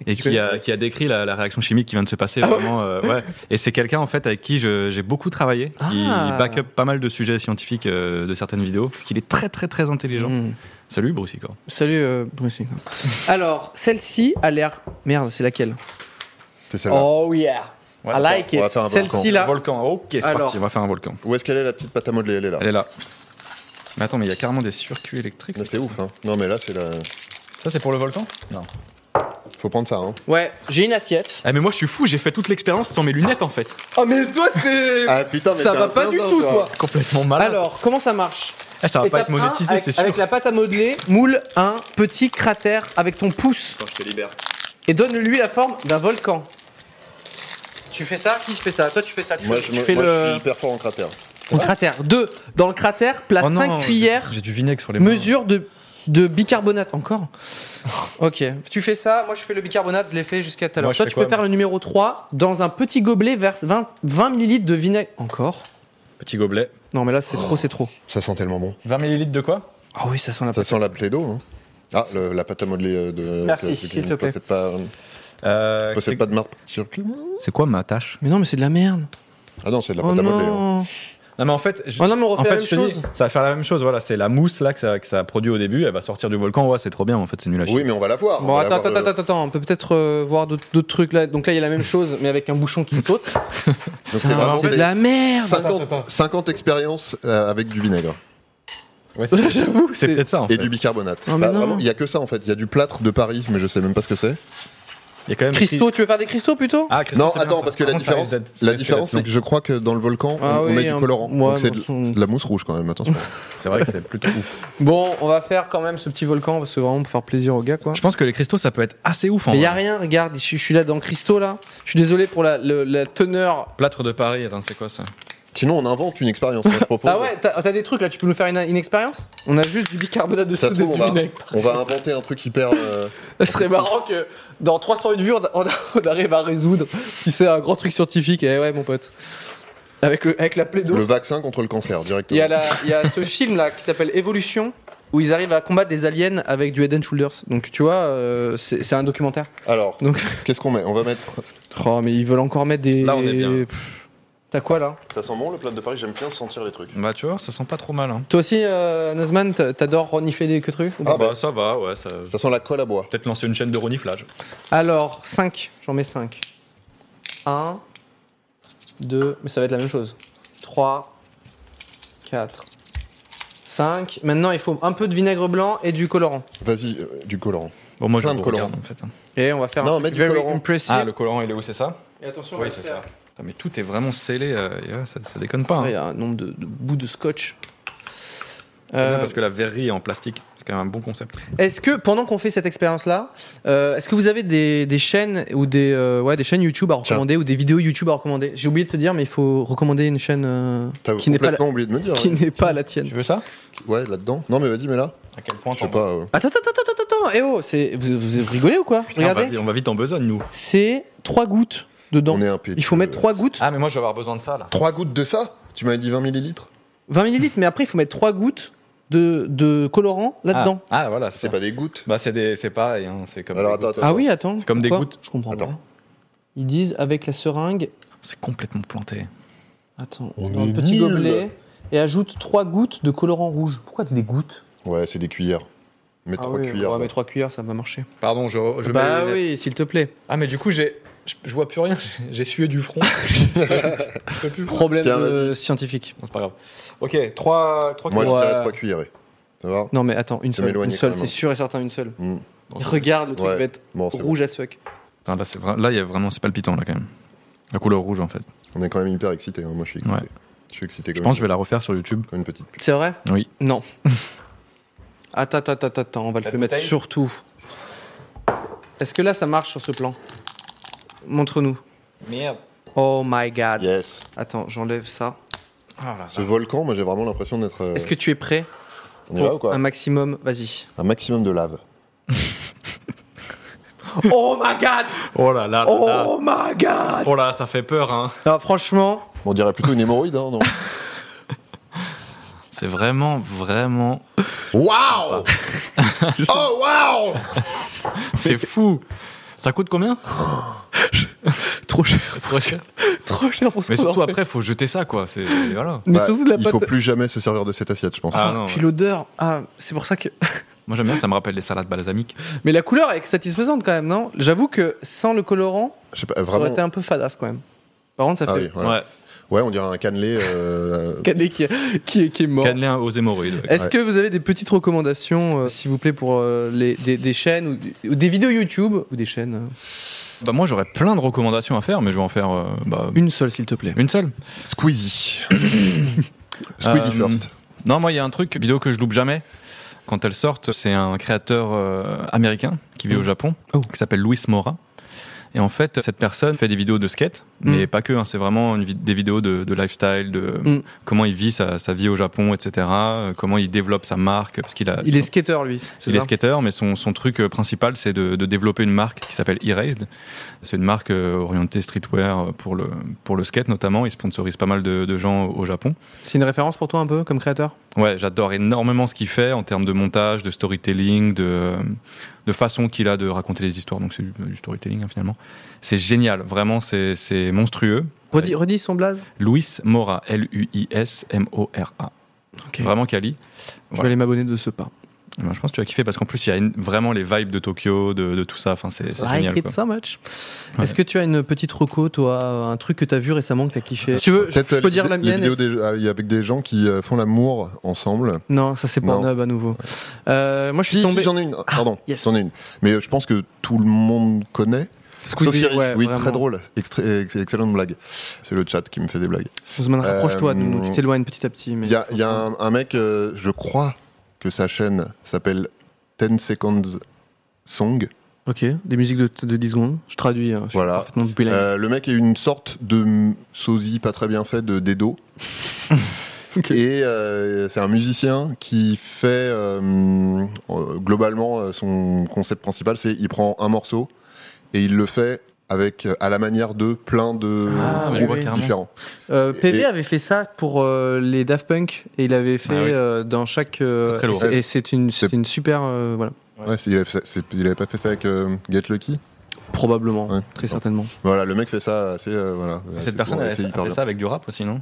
S2: et qui a, qui a décrit la, la réaction chimique qui vient de se passer
S1: Ah
S2: vraiment. euh, ouais. Et c'est quelqu'un en fait avec qui je- j'ai beaucoup travaillé, qui
S1: Ah.
S2: back up pas mal de sujets scientifiques euh, de certaines vidéos, parce qu'il est très très très intelligent.
S1: Hmm.
S2: Salut Bruce Icor.
S1: Salut euh, Bruce. Alors, celle-ci a l'air merde, c'est laquelle
S3: C'est celle-là.
S1: Oh yeah.
S2: Ouais,
S1: I like
S3: on va
S1: it.
S3: faire un
S1: Celle-ci
S3: volcan.
S1: là.
S2: Volcan, ok, c'est
S1: Alors.
S2: parti, on va faire un volcan.
S3: Où est-ce qu'elle est la petite pâte à modeler Elle est là.
S2: Elle est là. Mais attends, mais il y a carrément des circuits électriques.
S3: Mais C'est ouf, hein. Non, mais là, c'est la.
S2: Ça, c'est pour le volcan
S3: Non. Faut prendre ça, hein.
S1: Ouais, j'ai une assiette.
S2: Ah, mais moi, je suis fou, j'ai fait toute l'expérience sans mes lunettes, en fait.
S1: Oh, mais toi, t'es.
S3: Ah putain, mais
S1: ça
S3: t'es
S1: va
S3: un
S1: pas du
S3: zinzin,
S1: tout, toi.
S2: Complètement malade.
S1: Alors, comment ça marche
S2: Eh, ça va pas
S1: Étape
S2: être
S1: un,
S2: monétisé,
S1: avec-
S2: c'est sûr.
S1: Avec la pâte à modeler, moule un petit cratère avec ton pouce
S7: Quand Oh, je te libère.
S1: et donne-lui la forme d'un volcan. Tu fais ça Qui fait ça Toi, tu fais ça. Tu
S3: Moi, je,
S1: tu
S3: me-
S1: fais
S3: moi, je
S1: le
S3: suis hyper fort en cratère.
S1: ton cratère. Deux. Dans le cratère, place
S2: Oh non,
S1: 5
S2: j'ai-
S1: cuillères,
S2: J'ai du vinaigre sur les mains.
S1: mesure de, de bicarbonate. Encore Ok. Tu fais ça, moi je fais le bicarbonate, je l'ai fait jusqu'à tout à
S2: Moi,
S1: l'heure.
S2: je
S1: Toi,
S2: fais
S1: tu
S2: quoi,
S1: peux faire
S2: moi
S1: le numéro 3. Dans un petit gobelet, verse 20, 20 ml de vinaigre. Encore
S2: Petit gobelet.
S1: Non, mais là, c'est trop, c'est trop.
S3: Ça sent tellement bon.
S2: 20 millilitres de quoi
S1: Ah oui, ça sent la
S3: Ça sent la plaido, hein. Ah, le- la pâte à modeler euh, de.
S1: Merci,
S3: que- que-
S1: s'il
S3: que-
S1: te plaît.
S3: Possède pas,
S2: Euh,
S3: possède
S2: c'est-
S3: pas de marque particulière.
S2: C'est quoi ma tâche
S1: Mais non, mais c'est de la merde.
S3: Ah non, c'est de la
S1: Oh
S3: pâte à modeler. hein.
S1: non.
S2: Non, mais en fait. je-
S1: Oh non, mais on refait
S2: en fait,
S1: la même
S2: je te dis,
S1: chose.
S2: ça va faire la même chose, voilà. C'est la mousse là que ça, que ça produit au début, elle va sortir du volcan. Ouais, c'est trop bien, en fait, c'est nul à chier.
S3: Oui, mais on va la voir.
S1: Bon,
S3: on va
S1: attends,
S3: Ah, la
S1: attends,
S3: voir,
S1: attends, attends, on peut peut-être euh, voir d'autres d'autres trucs là. Donc là, il y a la même chose, mais avec un bouchon qui saute.
S3: euh, donc c'est
S1: Putain,
S3: vraiment
S1: Ah, C'est de
S3: des
S1: la merde.
S3: 50, 50 expériences euh, avec du vinaigre
S2: Ouais, c'est-
S1: J'avoue,
S2: c'est peut-être ça. En fait.
S3: et du bicarbonate.
S1: Non, mais
S3: Bah,
S1: non.
S3: vraiment, il y a que ça en fait. Il y a du plâtre de Paris, mais je sais même pas ce que c'est.
S2: Il y a quand même
S1: Cristaux, tu veux faire des cristaux plutôt
S2: Ah, cristaux,
S3: non,
S2: c'est bien,
S3: attends,
S2: ça.
S3: parce que
S2: Par
S3: la
S2: contre, ça
S3: différence,
S2: risque d'être- ça
S3: la
S2: risque
S3: différence,
S2: d'être
S3: c'est que je crois que dans le volcan,
S1: Ah
S3: on, on
S1: oui,
S3: met du
S1: un-
S3: colorant.
S1: ouais,
S3: donc c'est
S1: bon,
S3: de,
S1: son-
S3: de la mousse rouge quand même. Attention.
S2: long. C'est vrai que c'est plutôt ouf.
S1: Bon, on va faire quand même ce petit volcan parce que vraiment pour faire plaisir aux gars quoi.
S2: Je pense que les cristaux, ça peut être assez ouf en
S1: Mais y a
S2: vrai.
S1: rien, regarde, je, suis- je suis là dans cristaux là. Je suis désolé pour la, le- la teneur.
S2: Plâtre de Paris, attends, c'est quoi ça
S3: Sinon, on invente une expérience. moi, je propose.
S1: Ah ouais, t'as t'as des trucs là, tu peux nous faire une, une expérience On a juste du bicarbonate de
S3: Ça se
S1: soude et
S3: trouve, on
S1: du
S3: va,
S1: vinaigre.
S3: on va inventer un truc hyper. euh,
S1: Ce serait marrant que dans 308 vues, on, a- on a- on arrive à résoudre, tu sais, un grand truc scientifique. Eh ouais, mon pote. Avec, le, avec la plaido.
S3: le vaccin contre le cancer
S1: Il
S3: directement.
S1: y a, la- il y a ce film là qui s'appelle Évolution où ils arrivent à combattre des aliens avec du head and shoulders. Donc tu vois, euh, c'est c'est un documentaire.
S3: Alors,
S1: Donc-
S3: qu'est-ce qu'on met On va mettre.
S1: Oh mais ils veulent encore mettre des.
S2: Là, on est bien.
S1: Pff, T'as quoi là
S3: Ça sent bon le plâtre de Paris. J'aime bien sentir les trucs.
S2: Bah, tu vois, ça sent pas trop mal. Hein.
S1: Toi aussi, euh, Nazman, t- t'adores renifler des queutrues ou pas
S3: Ah bah.
S2: ça va, ouais. Ça...
S3: Ça sent la colle à bois.
S2: Peut-être lancer une chaîne de reniflage.
S1: Alors, 5, j'en mets 5. 1, 2, mais ça va être la même chose. 3, 4, 5. Maintenant, il faut un peu de vinaigre blanc et du colorant.
S3: Vas-y, euh, du colorant.
S2: Bon, moi, je
S3: Plein
S2: vous
S3: de colorants.
S2: regarde, en fait. hein.
S1: Et on va faire
S3: Non,
S1: un truc
S3: mettre du
S1: very
S3: colorant.
S1: impressive.
S2: Ah, le colorant, il est où, c'est ça
S1: Et attention, on
S2: Oui,
S1: va
S2: c'est
S1: faire-
S2: ça. Putain, Mais tout est vraiment scellé, euh, et ouais, ça, ça déconne pas. hein.
S1: Après, il y a un nombre de, de bouts de scotch.
S2: C'est bien
S1: Euh,
S2: Parce que la verrerie est en plastique, c'est quand même un bon concept.
S1: Est-ce que pendant qu'on fait cette expérience-là, euh, est-ce que vous avez des, des chaînes ou des euh, ouais des chaînes YouTube à recommander ou des vidéos YouTube à recommander J'ai oublié de te dire, mais il faut recommander une chaîne euh,
S3: T'as
S1: qui n'est pas la,
S3: complètement oublié de me dire.
S1: qui
S3: ouais.
S1: n'est pas la tienne.
S2: Tu veux ça
S3: Ouais, là-dedans. Non, mais vas-y, mais là.
S2: À quel point
S3: Je sais
S2: t'en-
S3: pas. euh,
S1: Attends, attends, attends, attends, attends, eh oh, c'est vous, vous rigolez ou quoi
S2: Putain, on va-
S1: Regardez,
S2: on va vite en besogne, nous.
S1: c'est trois gouttes dedans.
S3: On est un peu- euh,
S1: Il faut mettre trois gouttes,
S2: Ah, mais moi, je vais avoir besoin de ça, là.
S3: Trois gouttes de ça Tu m'avais dit 20 millilitres
S1: 20 millilitres, mais après il faut mettre trois gouttes de, de colorant là-dedans.
S2: Ah, ah, voilà,
S3: C'est
S2: c'est
S3: pas des gouttes
S2: Bah, c'est des- c'est pareil, hein, c'est comme.
S3: Alors
S2: des
S3: attends,
S2: gouttes.
S3: attends.
S1: Ah,
S3: attends.
S1: oui, attends.
S2: C'est comme des
S1: pourquoi
S2: gouttes.
S1: Je comprends
S3: Attends.
S1: pas. Ils disent avec la seringue
S2: C'est complètement planté.
S1: Attends,
S3: On
S1: dans un
S3: est
S1: petit
S3: nul.
S1: gobelet et ajoute 3 gouttes de colorant rouge. Pourquoi t'as des gouttes
S3: Ouais, c'est des cuillères. Mets trois cuillères.
S1: mais 3 cuillères, ça Ah va marcher.
S2: Pardon, je, je
S1: bah
S2: mets-
S1: oui, s'il te plaît.
S2: Ah, mais du coup, j'ai. Je, je vois plus rien, j'ai- j'ai sué du front. je peux plus. Non,
S1: Problème
S3: Tiens,
S1: euh, scientifique.
S2: c'est pas grave. Ok, trois. trois
S3: Moi, je
S1: Ouais.
S3: dirais trois cuillerées. Ça va
S1: Non mais attends, une
S3: Je
S1: seule,
S3: m'éloigne
S1: une seule,
S3: quand
S1: c'est
S3: même.
S1: sûr et certain, une seule.
S3: Mm.
S1: Regarde le truc
S3: Ouais.
S1: bête,
S3: Bon, c'est bon.
S1: rouge à suck.
S2: Putain, là, c'est vra- là, il y a vraiment, c'est palpitant là quand même. La couleur rouge en fait.
S3: On est quand même hyper excités. hein. Moi, je suis excité.
S2: Ouais.
S3: Je suis excité
S2: Je
S3: comme,
S2: pense que je vais la refaire sur YouTube.
S3: comme une petite pute.
S1: C'est vrai
S2: Oui.
S1: Non. attends, attends, attends, attends, on va
S2: La
S1: le mettre
S2: bouteille
S1: surtout. Est-ce que là ça marche sur ce plan Montre-nous.
S2: Merde.
S1: Oh my god.
S3: Yes.
S1: Attends, j'enlève ça.
S3: Ce volcan, moi, j'ai vraiment l'impression d'être. euh,
S1: Est-ce que tu es prêt
S3: On y va ou quoi
S1: Un maximum, vas-y.
S3: Un maximum de lave.
S1: Oh my god
S2: Oh là là. là là.
S1: Oh my god
S2: Oh là, ça fait peur hein.
S1: Non, franchement,
S3: On dirait plutôt une hémorroïde, hein, non
S2: C'est vraiment, vraiment.
S3: Waouh Oh, waouh
S2: C'est fou. Ça coûte combien
S1: trop cher.
S2: Trop cher.
S1: Trop cher pour ce
S2: Mais
S1: qu'on
S2: surtout
S1: en fait.
S2: après, faut jeter ça quoi. C'est voilà.
S1: Mais
S3: Bah,
S1: surtout de la
S3: Il
S1: pâte.
S3: faut plus jamais se servir de cette assiette, je pense.
S2: Ah non.
S1: Puis l'odeur, ah, c'est pour ça que.
S2: Moi j'aime bien, ça me rappelle les salades balsamiques.
S1: Mais la couleur est satisfaisante quand même, non J'avoue que sans le colorant,
S3: Je sais pas,
S1: ça aurait
S3: vraiment.
S1: été un peu fadasse quand même. Par contre, ça fait.
S3: Ah oui, voilà.
S2: Ouais.
S3: Ouais, on dirait un cannelé. euh,
S1: Canet qui, qui, qui est mort.
S2: Cannelé aux hémorroïdes.
S1: Est-ce
S3: Ouais.
S1: que vous avez des petites recommandations, euh, s'il vous plaît, pour euh, les, des, des chaînes ou, des- ou des vidéos YouTube ou des chaînes euh,
S2: Bah, moi, j'aurais plein de recommandations à faire, mais je vais en faire euh, bah,
S1: Une seule, s'il te plaît.
S2: une seule.
S3: Squeezie. Squeezie
S2: Euh,
S3: first.
S2: Non, moi, il y a un truc, vidéo que je loupe jamais. Quand elle sort, c'est un créateur euh, américain qui vit au Japon,
S1: Oh.
S2: qui s'appelle Luis Mora. Et en fait, cette personne fait des vidéos de skate, mais
S1: Mm.
S2: pas que. hein, c'est vraiment une vid- des vidéos de, de lifestyle, de
S1: Mm.
S2: comment il vit sa, sa vie au Japon, etc. euh, Comment il développe sa marque, parce qu'il a.
S1: Il est skater, lui. c'est
S2: Il est
S1: ça
S2: skateur, mais son, son truc euh, principal, c'est de, de développer une marque qui s'appelle Erased. C'est une marque euh, orientée streetwear euh, pour le, pour le skate notamment. Il sponsorise pas mal de, de gens au, au Japon.
S1: C'est une référence pour toi, un peu, comme créateur
S2: Ouais, j'adore énormément ce qu'il fait en termes de montage, de storytelling, de, de façon qu'il a de raconter les histoires. Donc c'est du, du storytelling hein, finalement. C'est génial, vraiment, c'est c'est monstrueux.
S1: redis, redis son blaze.
S2: Luis Mora, L-U-I-S-M-O-R-A.
S1: Ok.
S2: Vraiment Kali.
S1: Je vais aller m'abonner de ce pas.
S2: Ben, je pense que tu vas kiffer parce qu'en plus, il y a une- vraiment les vibes de Tokyo, de, de tout ça. Enfin, c'est c'est
S1: Like
S2: génial.
S1: it
S2: quoi.
S1: so much.
S2: Ouais.
S1: Est-ce que tu as une petite reco, toi, un truc que t'as vu récemment que t'as kiffé Tu veux, je,
S3: Peut-être
S1: je
S3: euh,
S1: peux
S3: les
S1: dire
S3: vid-
S1: la
S3: les
S1: mienne et-
S3: vidéos des- euh, avec des gens qui euh, font l'amour ensemble.
S1: Non, ça c'est
S3: Non.
S1: Pornhub à nouveau. Euh, moi je suis
S3: Si,
S1: tombé.
S3: si, j'en ai une. Pardon,
S1: yes.
S3: j'en ai une. Mais euh, je pense que tout le monde connaît.
S1: Squeezie,
S3: Sophie Riche,
S1: ouais,
S3: oui,
S1: vraiment.
S3: très drôle. Extré- ex- excellente blague. C'est le chat qui me fait des blagues.
S1: Ousmane, rapproche-toi de nous,
S3: Euh,
S1: tu t'éloignes petit à petit. mais-
S3: Il y a, il y a un, un mec, euh, je crois que sa chaîne s'appelle 10 Seconds Song.
S1: Ok, des musiques de, de 10 secondes. Je traduis. hein, Je suis
S3: Voilà.
S1: parfaitement bilingue.
S3: Euh, le mec est une sorte de m- sosie pas très bien fait de Dedo. Et euh, c'est un musicien qui fait euh, hum, euh, globalement euh, son concept principal, c'est il prend un morceau et il le fait avec euh, à la manière de plein de
S1: Ah,
S2: ouais,
S3: groupes
S2: ouais, carrément.
S3: différents.
S1: Euh, PV
S3: et-
S1: avait fait ça pour euh, les Daft Punk et il avait fait
S2: Ah oui.
S1: euh, dans chaque. euh,
S2: C'est très lourd.
S1: et c'est- Et c'est une, c'est
S3: C'est-
S1: une super. euh, voilà.
S3: Ouais, c'est- il, avait fait ça- c'est- il avait pas fait ça avec euh, Get Lucky.
S1: Probablement,
S3: Ouais.
S1: très certainement.
S3: Voilà, le mec fait ça assez euh, voilà. assez
S2: Cette personne,
S3: souvent,
S2: elle a
S3: c'est
S2: fait
S3: hyper bien.
S2: ça avec du rap aussi, non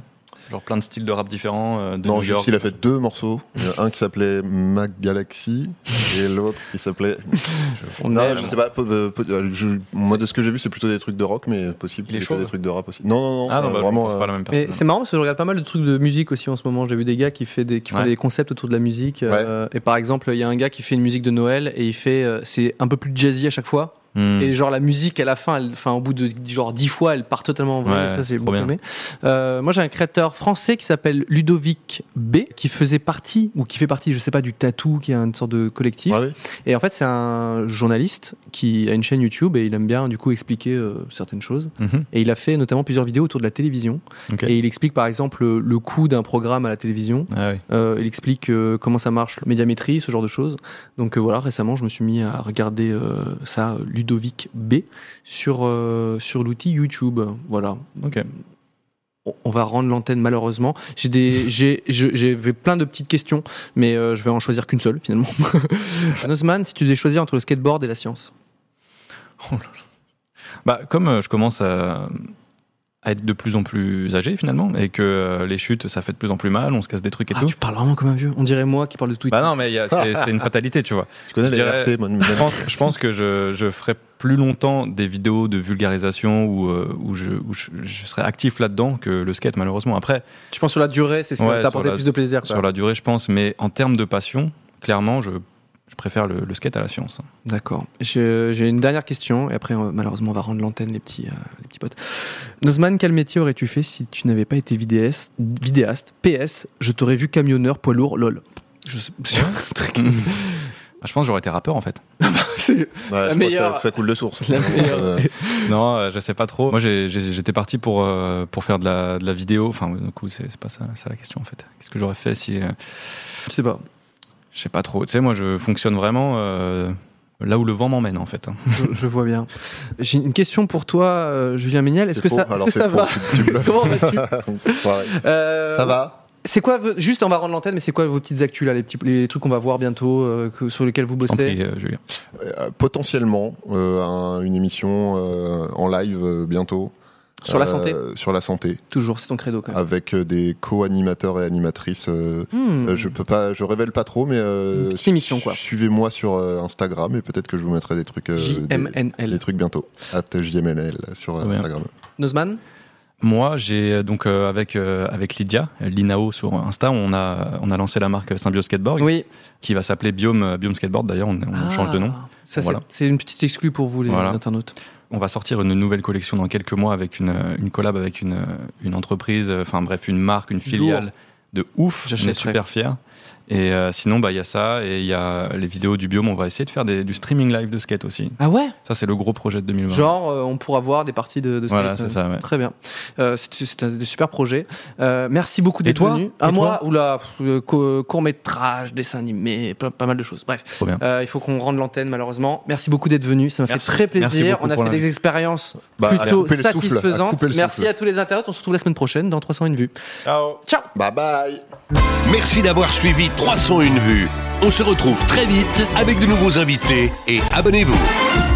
S2: Genre plein de styles de rap différents. euh, de
S3: Non,
S2: New
S3: juste
S2: York.
S3: il a fait deux morceaux, Il y en a un qui s'appelait Mac Galaxy et l'autre qui s'appelait.
S1: On
S3: Non,
S1: aime.
S3: je sais pas. peu- peu- peu- euh, je- moi, de ce que j'ai vu, c'est plutôt des trucs de rock, mais possible qu'il
S2: Il est
S3: ait fait
S2: chauve.
S3: des trucs de rap aussi. Non, non, non.
S2: Ah non,
S3: euh,
S2: bah,
S3: vraiment.
S2: vraiment, c'est
S3: euh,
S2: pas la même
S1: Mais
S2: personne.
S1: c'est marrant parce que je regarde pas mal de trucs de musique aussi en ce moment. J'ai vu des gars qui, fait des, qui font
S2: Ouais.
S1: des concepts autour de la musique. euh, et par exemple, il y a un gars qui fait une musique de Noël et il fait. euh, c'est un peu plus jazzy à chaque fois.
S2: Hmm.
S1: Et genre la musique à la fin, elle, enfin au bout de genre dix fois, elle part totalement en vrille.
S2: Ouais,
S1: ça c'est
S2: trop
S1: beaucoup
S2: bien.
S1: aimé. Euh, moi j'ai un créateur français qui s'appelle Ludovic B, qui faisait partie ou qui fait partie, je sais pas, du Tatou, qui est une sorte de collectif.
S3: euh, ouais, ouais.
S1: Et en fait c'est un journaliste qui a une chaîne YouTube et il aime bien du coup expliquer euh, certaines choses.
S2: Mhm.
S1: Et il a fait notamment plusieurs vidéos autour de la télévision.
S2: Ok.
S1: Et il explique par exemple le, le coût d'un programme à la télévision.
S2: Ah oui.
S1: Euh, il explique euh, comment ça marche, la médiamétrie, ce genre de choses. Donc euh, voilà, récemment, je me suis mis à regarder euh, ça, euh, Ludovic B, sur, euh, sur l'outil YouTube. Voilà.
S2: Ok.
S1: On- On va rendre l'antenne malheureusement. J'ai des, j'ai, je- j'ai fait plein de petites questions, mais euh, je vais en choisir qu'une seule finalement. Nosman, si tu devais choisir entre le skateboard et la science,
S2: Bah, comme euh, je commence à, à être de plus en plus âgé finalement et que euh, les chutes ça fait de plus en plus mal, on se casse des trucs et
S1: ah,
S2: tout.
S1: tu parles vraiment comme un vieux. On dirait moi qui parle de Twitter.
S2: Bah non, mais il y a- c'est c'est une fatalité, tu vois.
S3: Je connais
S2: Je
S3: les
S2: dirais-
S3: RT, moi, de-
S2: Je pense, je pense que je, je ferai plus longtemps des vidéos de vulgarisation où, euh, où, je, où je, je serai actif là-dedans que le skate, malheureusement. Après,
S1: Tu penses sur la durée, c'est ce qui
S2: Ouais,
S1: va t'apporter
S2: sur la-
S1: plus de plaisir. quoi.
S2: sur la durée, je pense, mais en termes de passion, clairement, je, je préfère le, le skate à la science.
S1: D'accord. Je- J'ai une dernière question, et après, euh, malheureusement, on va rendre l'antenne, les, petits, euh, les petits potes. Nozman, quel métier aurais-tu fait si tu n'avais pas été vidéaste, vidéaste PS, je t'aurais vu camionneur, poids lourd, lol. Je sais-
S3: Hein
S1: Très-
S2: Ah, Je pense que j'aurais été rappeur en fait.
S1: c'est-
S3: Ouais, je crois que
S1: meilleure-
S3: ça, ça coule de source.
S1: La
S3: Vraiment,
S1: meilleure.
S3: euh,
S2: Non, euh, je sais pas trop. Moi, j'ai- j'ai- j'étais parti pour, euh, pour faire de la, de la vidéo. Enfin, du coup, c'est c'est pas ça, ça la question en fait. Qu'est-ce que j'aurais fait si. euh,
S1: Je sais pas.
S2: je sais pas trop. Tu sais, moi, je fonctionne vraiment euh, là où le vent m'emmène en fait. hein.
S1: Je, je vois bien. J'ai une question pour toi, euh, Julien Méniel. Est-ce
S3: c'est
S1: que
S3: faux.
S1: ça, est-ce
S3: Alors,
S1: que
S3: c'est
S1: ça
S3: faux.
S1: va
S3: Tu- tu me l'as-
S1: Comment vas-tu
S3: Ouais.
S1: Euh,
S3: Ça va
S1: C'est quoi, vo- juste on va rendre l'antenne, mais c'est quoi vos petites actus là, les, petits, les trucs qu'on va voir bientôt, euh, que- sur lesquels vous
S2: Je t'en
S1: bossez
S2: prie, euh, Julien.
S3: Euh, Potentiellement, euh, un- une émission euh, en live euh, bientôt.
S1: Sur la
S3: Euh,
S1: santé
S3: Sur la santé,
S1: Toujours, c'est ton credo quand même.
S3: avec euh, des co-animateurs et animatrices euh,
S1: Hmm.
S3: Euh, je peux pas, je révèle pas trop, mais euh,
S1: Une petite émission, quoi.
S3: Suivez-moi sur euh, Instagram et peut-être que je vous mettrai des trucs, euh, des,
S1: JMNL.
S3: des trucs bientôt. At JMNL sur euh,
S2: bien.
S3: Instagram.
S1: Nozman
S2: Moi, j'ai donc euh, avec, euh, avec Lydia, Linao sur Insta, on a, on a lancé la marque Symbio Skateboard,
S1: Oui.
S2: qui va s'appeler Biome, Biome Skateboard. D'ailleurs, on, on
S1: Ah.
S2: change de nom.
S1: Ça, c'est-
S2: Voilà.
S1: c'est une petite exclue pour vous, les
S2: Voilà.
S1: internautes.
S2: On va sortir une nouvelle collection dans quelques mois avec une, euh, une collab avec une, euh, une entreprise, euh, enfin bref, une marque, une filiale de ouf. On est
S1: J'achèterai.
S2: super fiers. Et euh, sinon, bah, il y a ça et il y a les vidéos du biome. On va essayer de faire des- du streaming live de skate aussi.
S1: Ah ouais
S2: Ça, c'est le gros projet de 2020.
S1: Genre, euh, on pourra voir des parties de, de skate.
S2: Voilà, c'est ça, ouais.
S1: Très bien. Euh, c'est c'est un des super projets. Euh, merci beaucoup
S2: Et
S1: d'être
S2: toi
S1: venu.
S2: Et
S1: À moi,
S2: toi
S1: oula, pff, euh, co- court-métrage, dessin animé, pas, pas mal de choses. Bref,
S2: Trop bien.
S1: Euh, il faut qu'on rende l'antenne, malheureusement. Merci beaucoup d'être venu. Ça m'a fait
S2: Merci.
S1: très
S2: Merci
S1: plaisir.
S2: beaucoup
S1: On a
S2: pour
S1: fait des
S2: l'invite.
S1: expériences
S3: Bah, à
S1: plutôt
S3: couper le souffle, à
S1: satisfaisantes.
S3: couper le
S1: Merci
S3: souffle.
S1: à tous les internautes. On se retrouve la semaine prochaine dans 301 vues. Ciao
S3: Bye bye
S4: Merci d'avoir suivi 301 vues. On se retrouve très vite avec de nouveaux invités et abonnez-vous.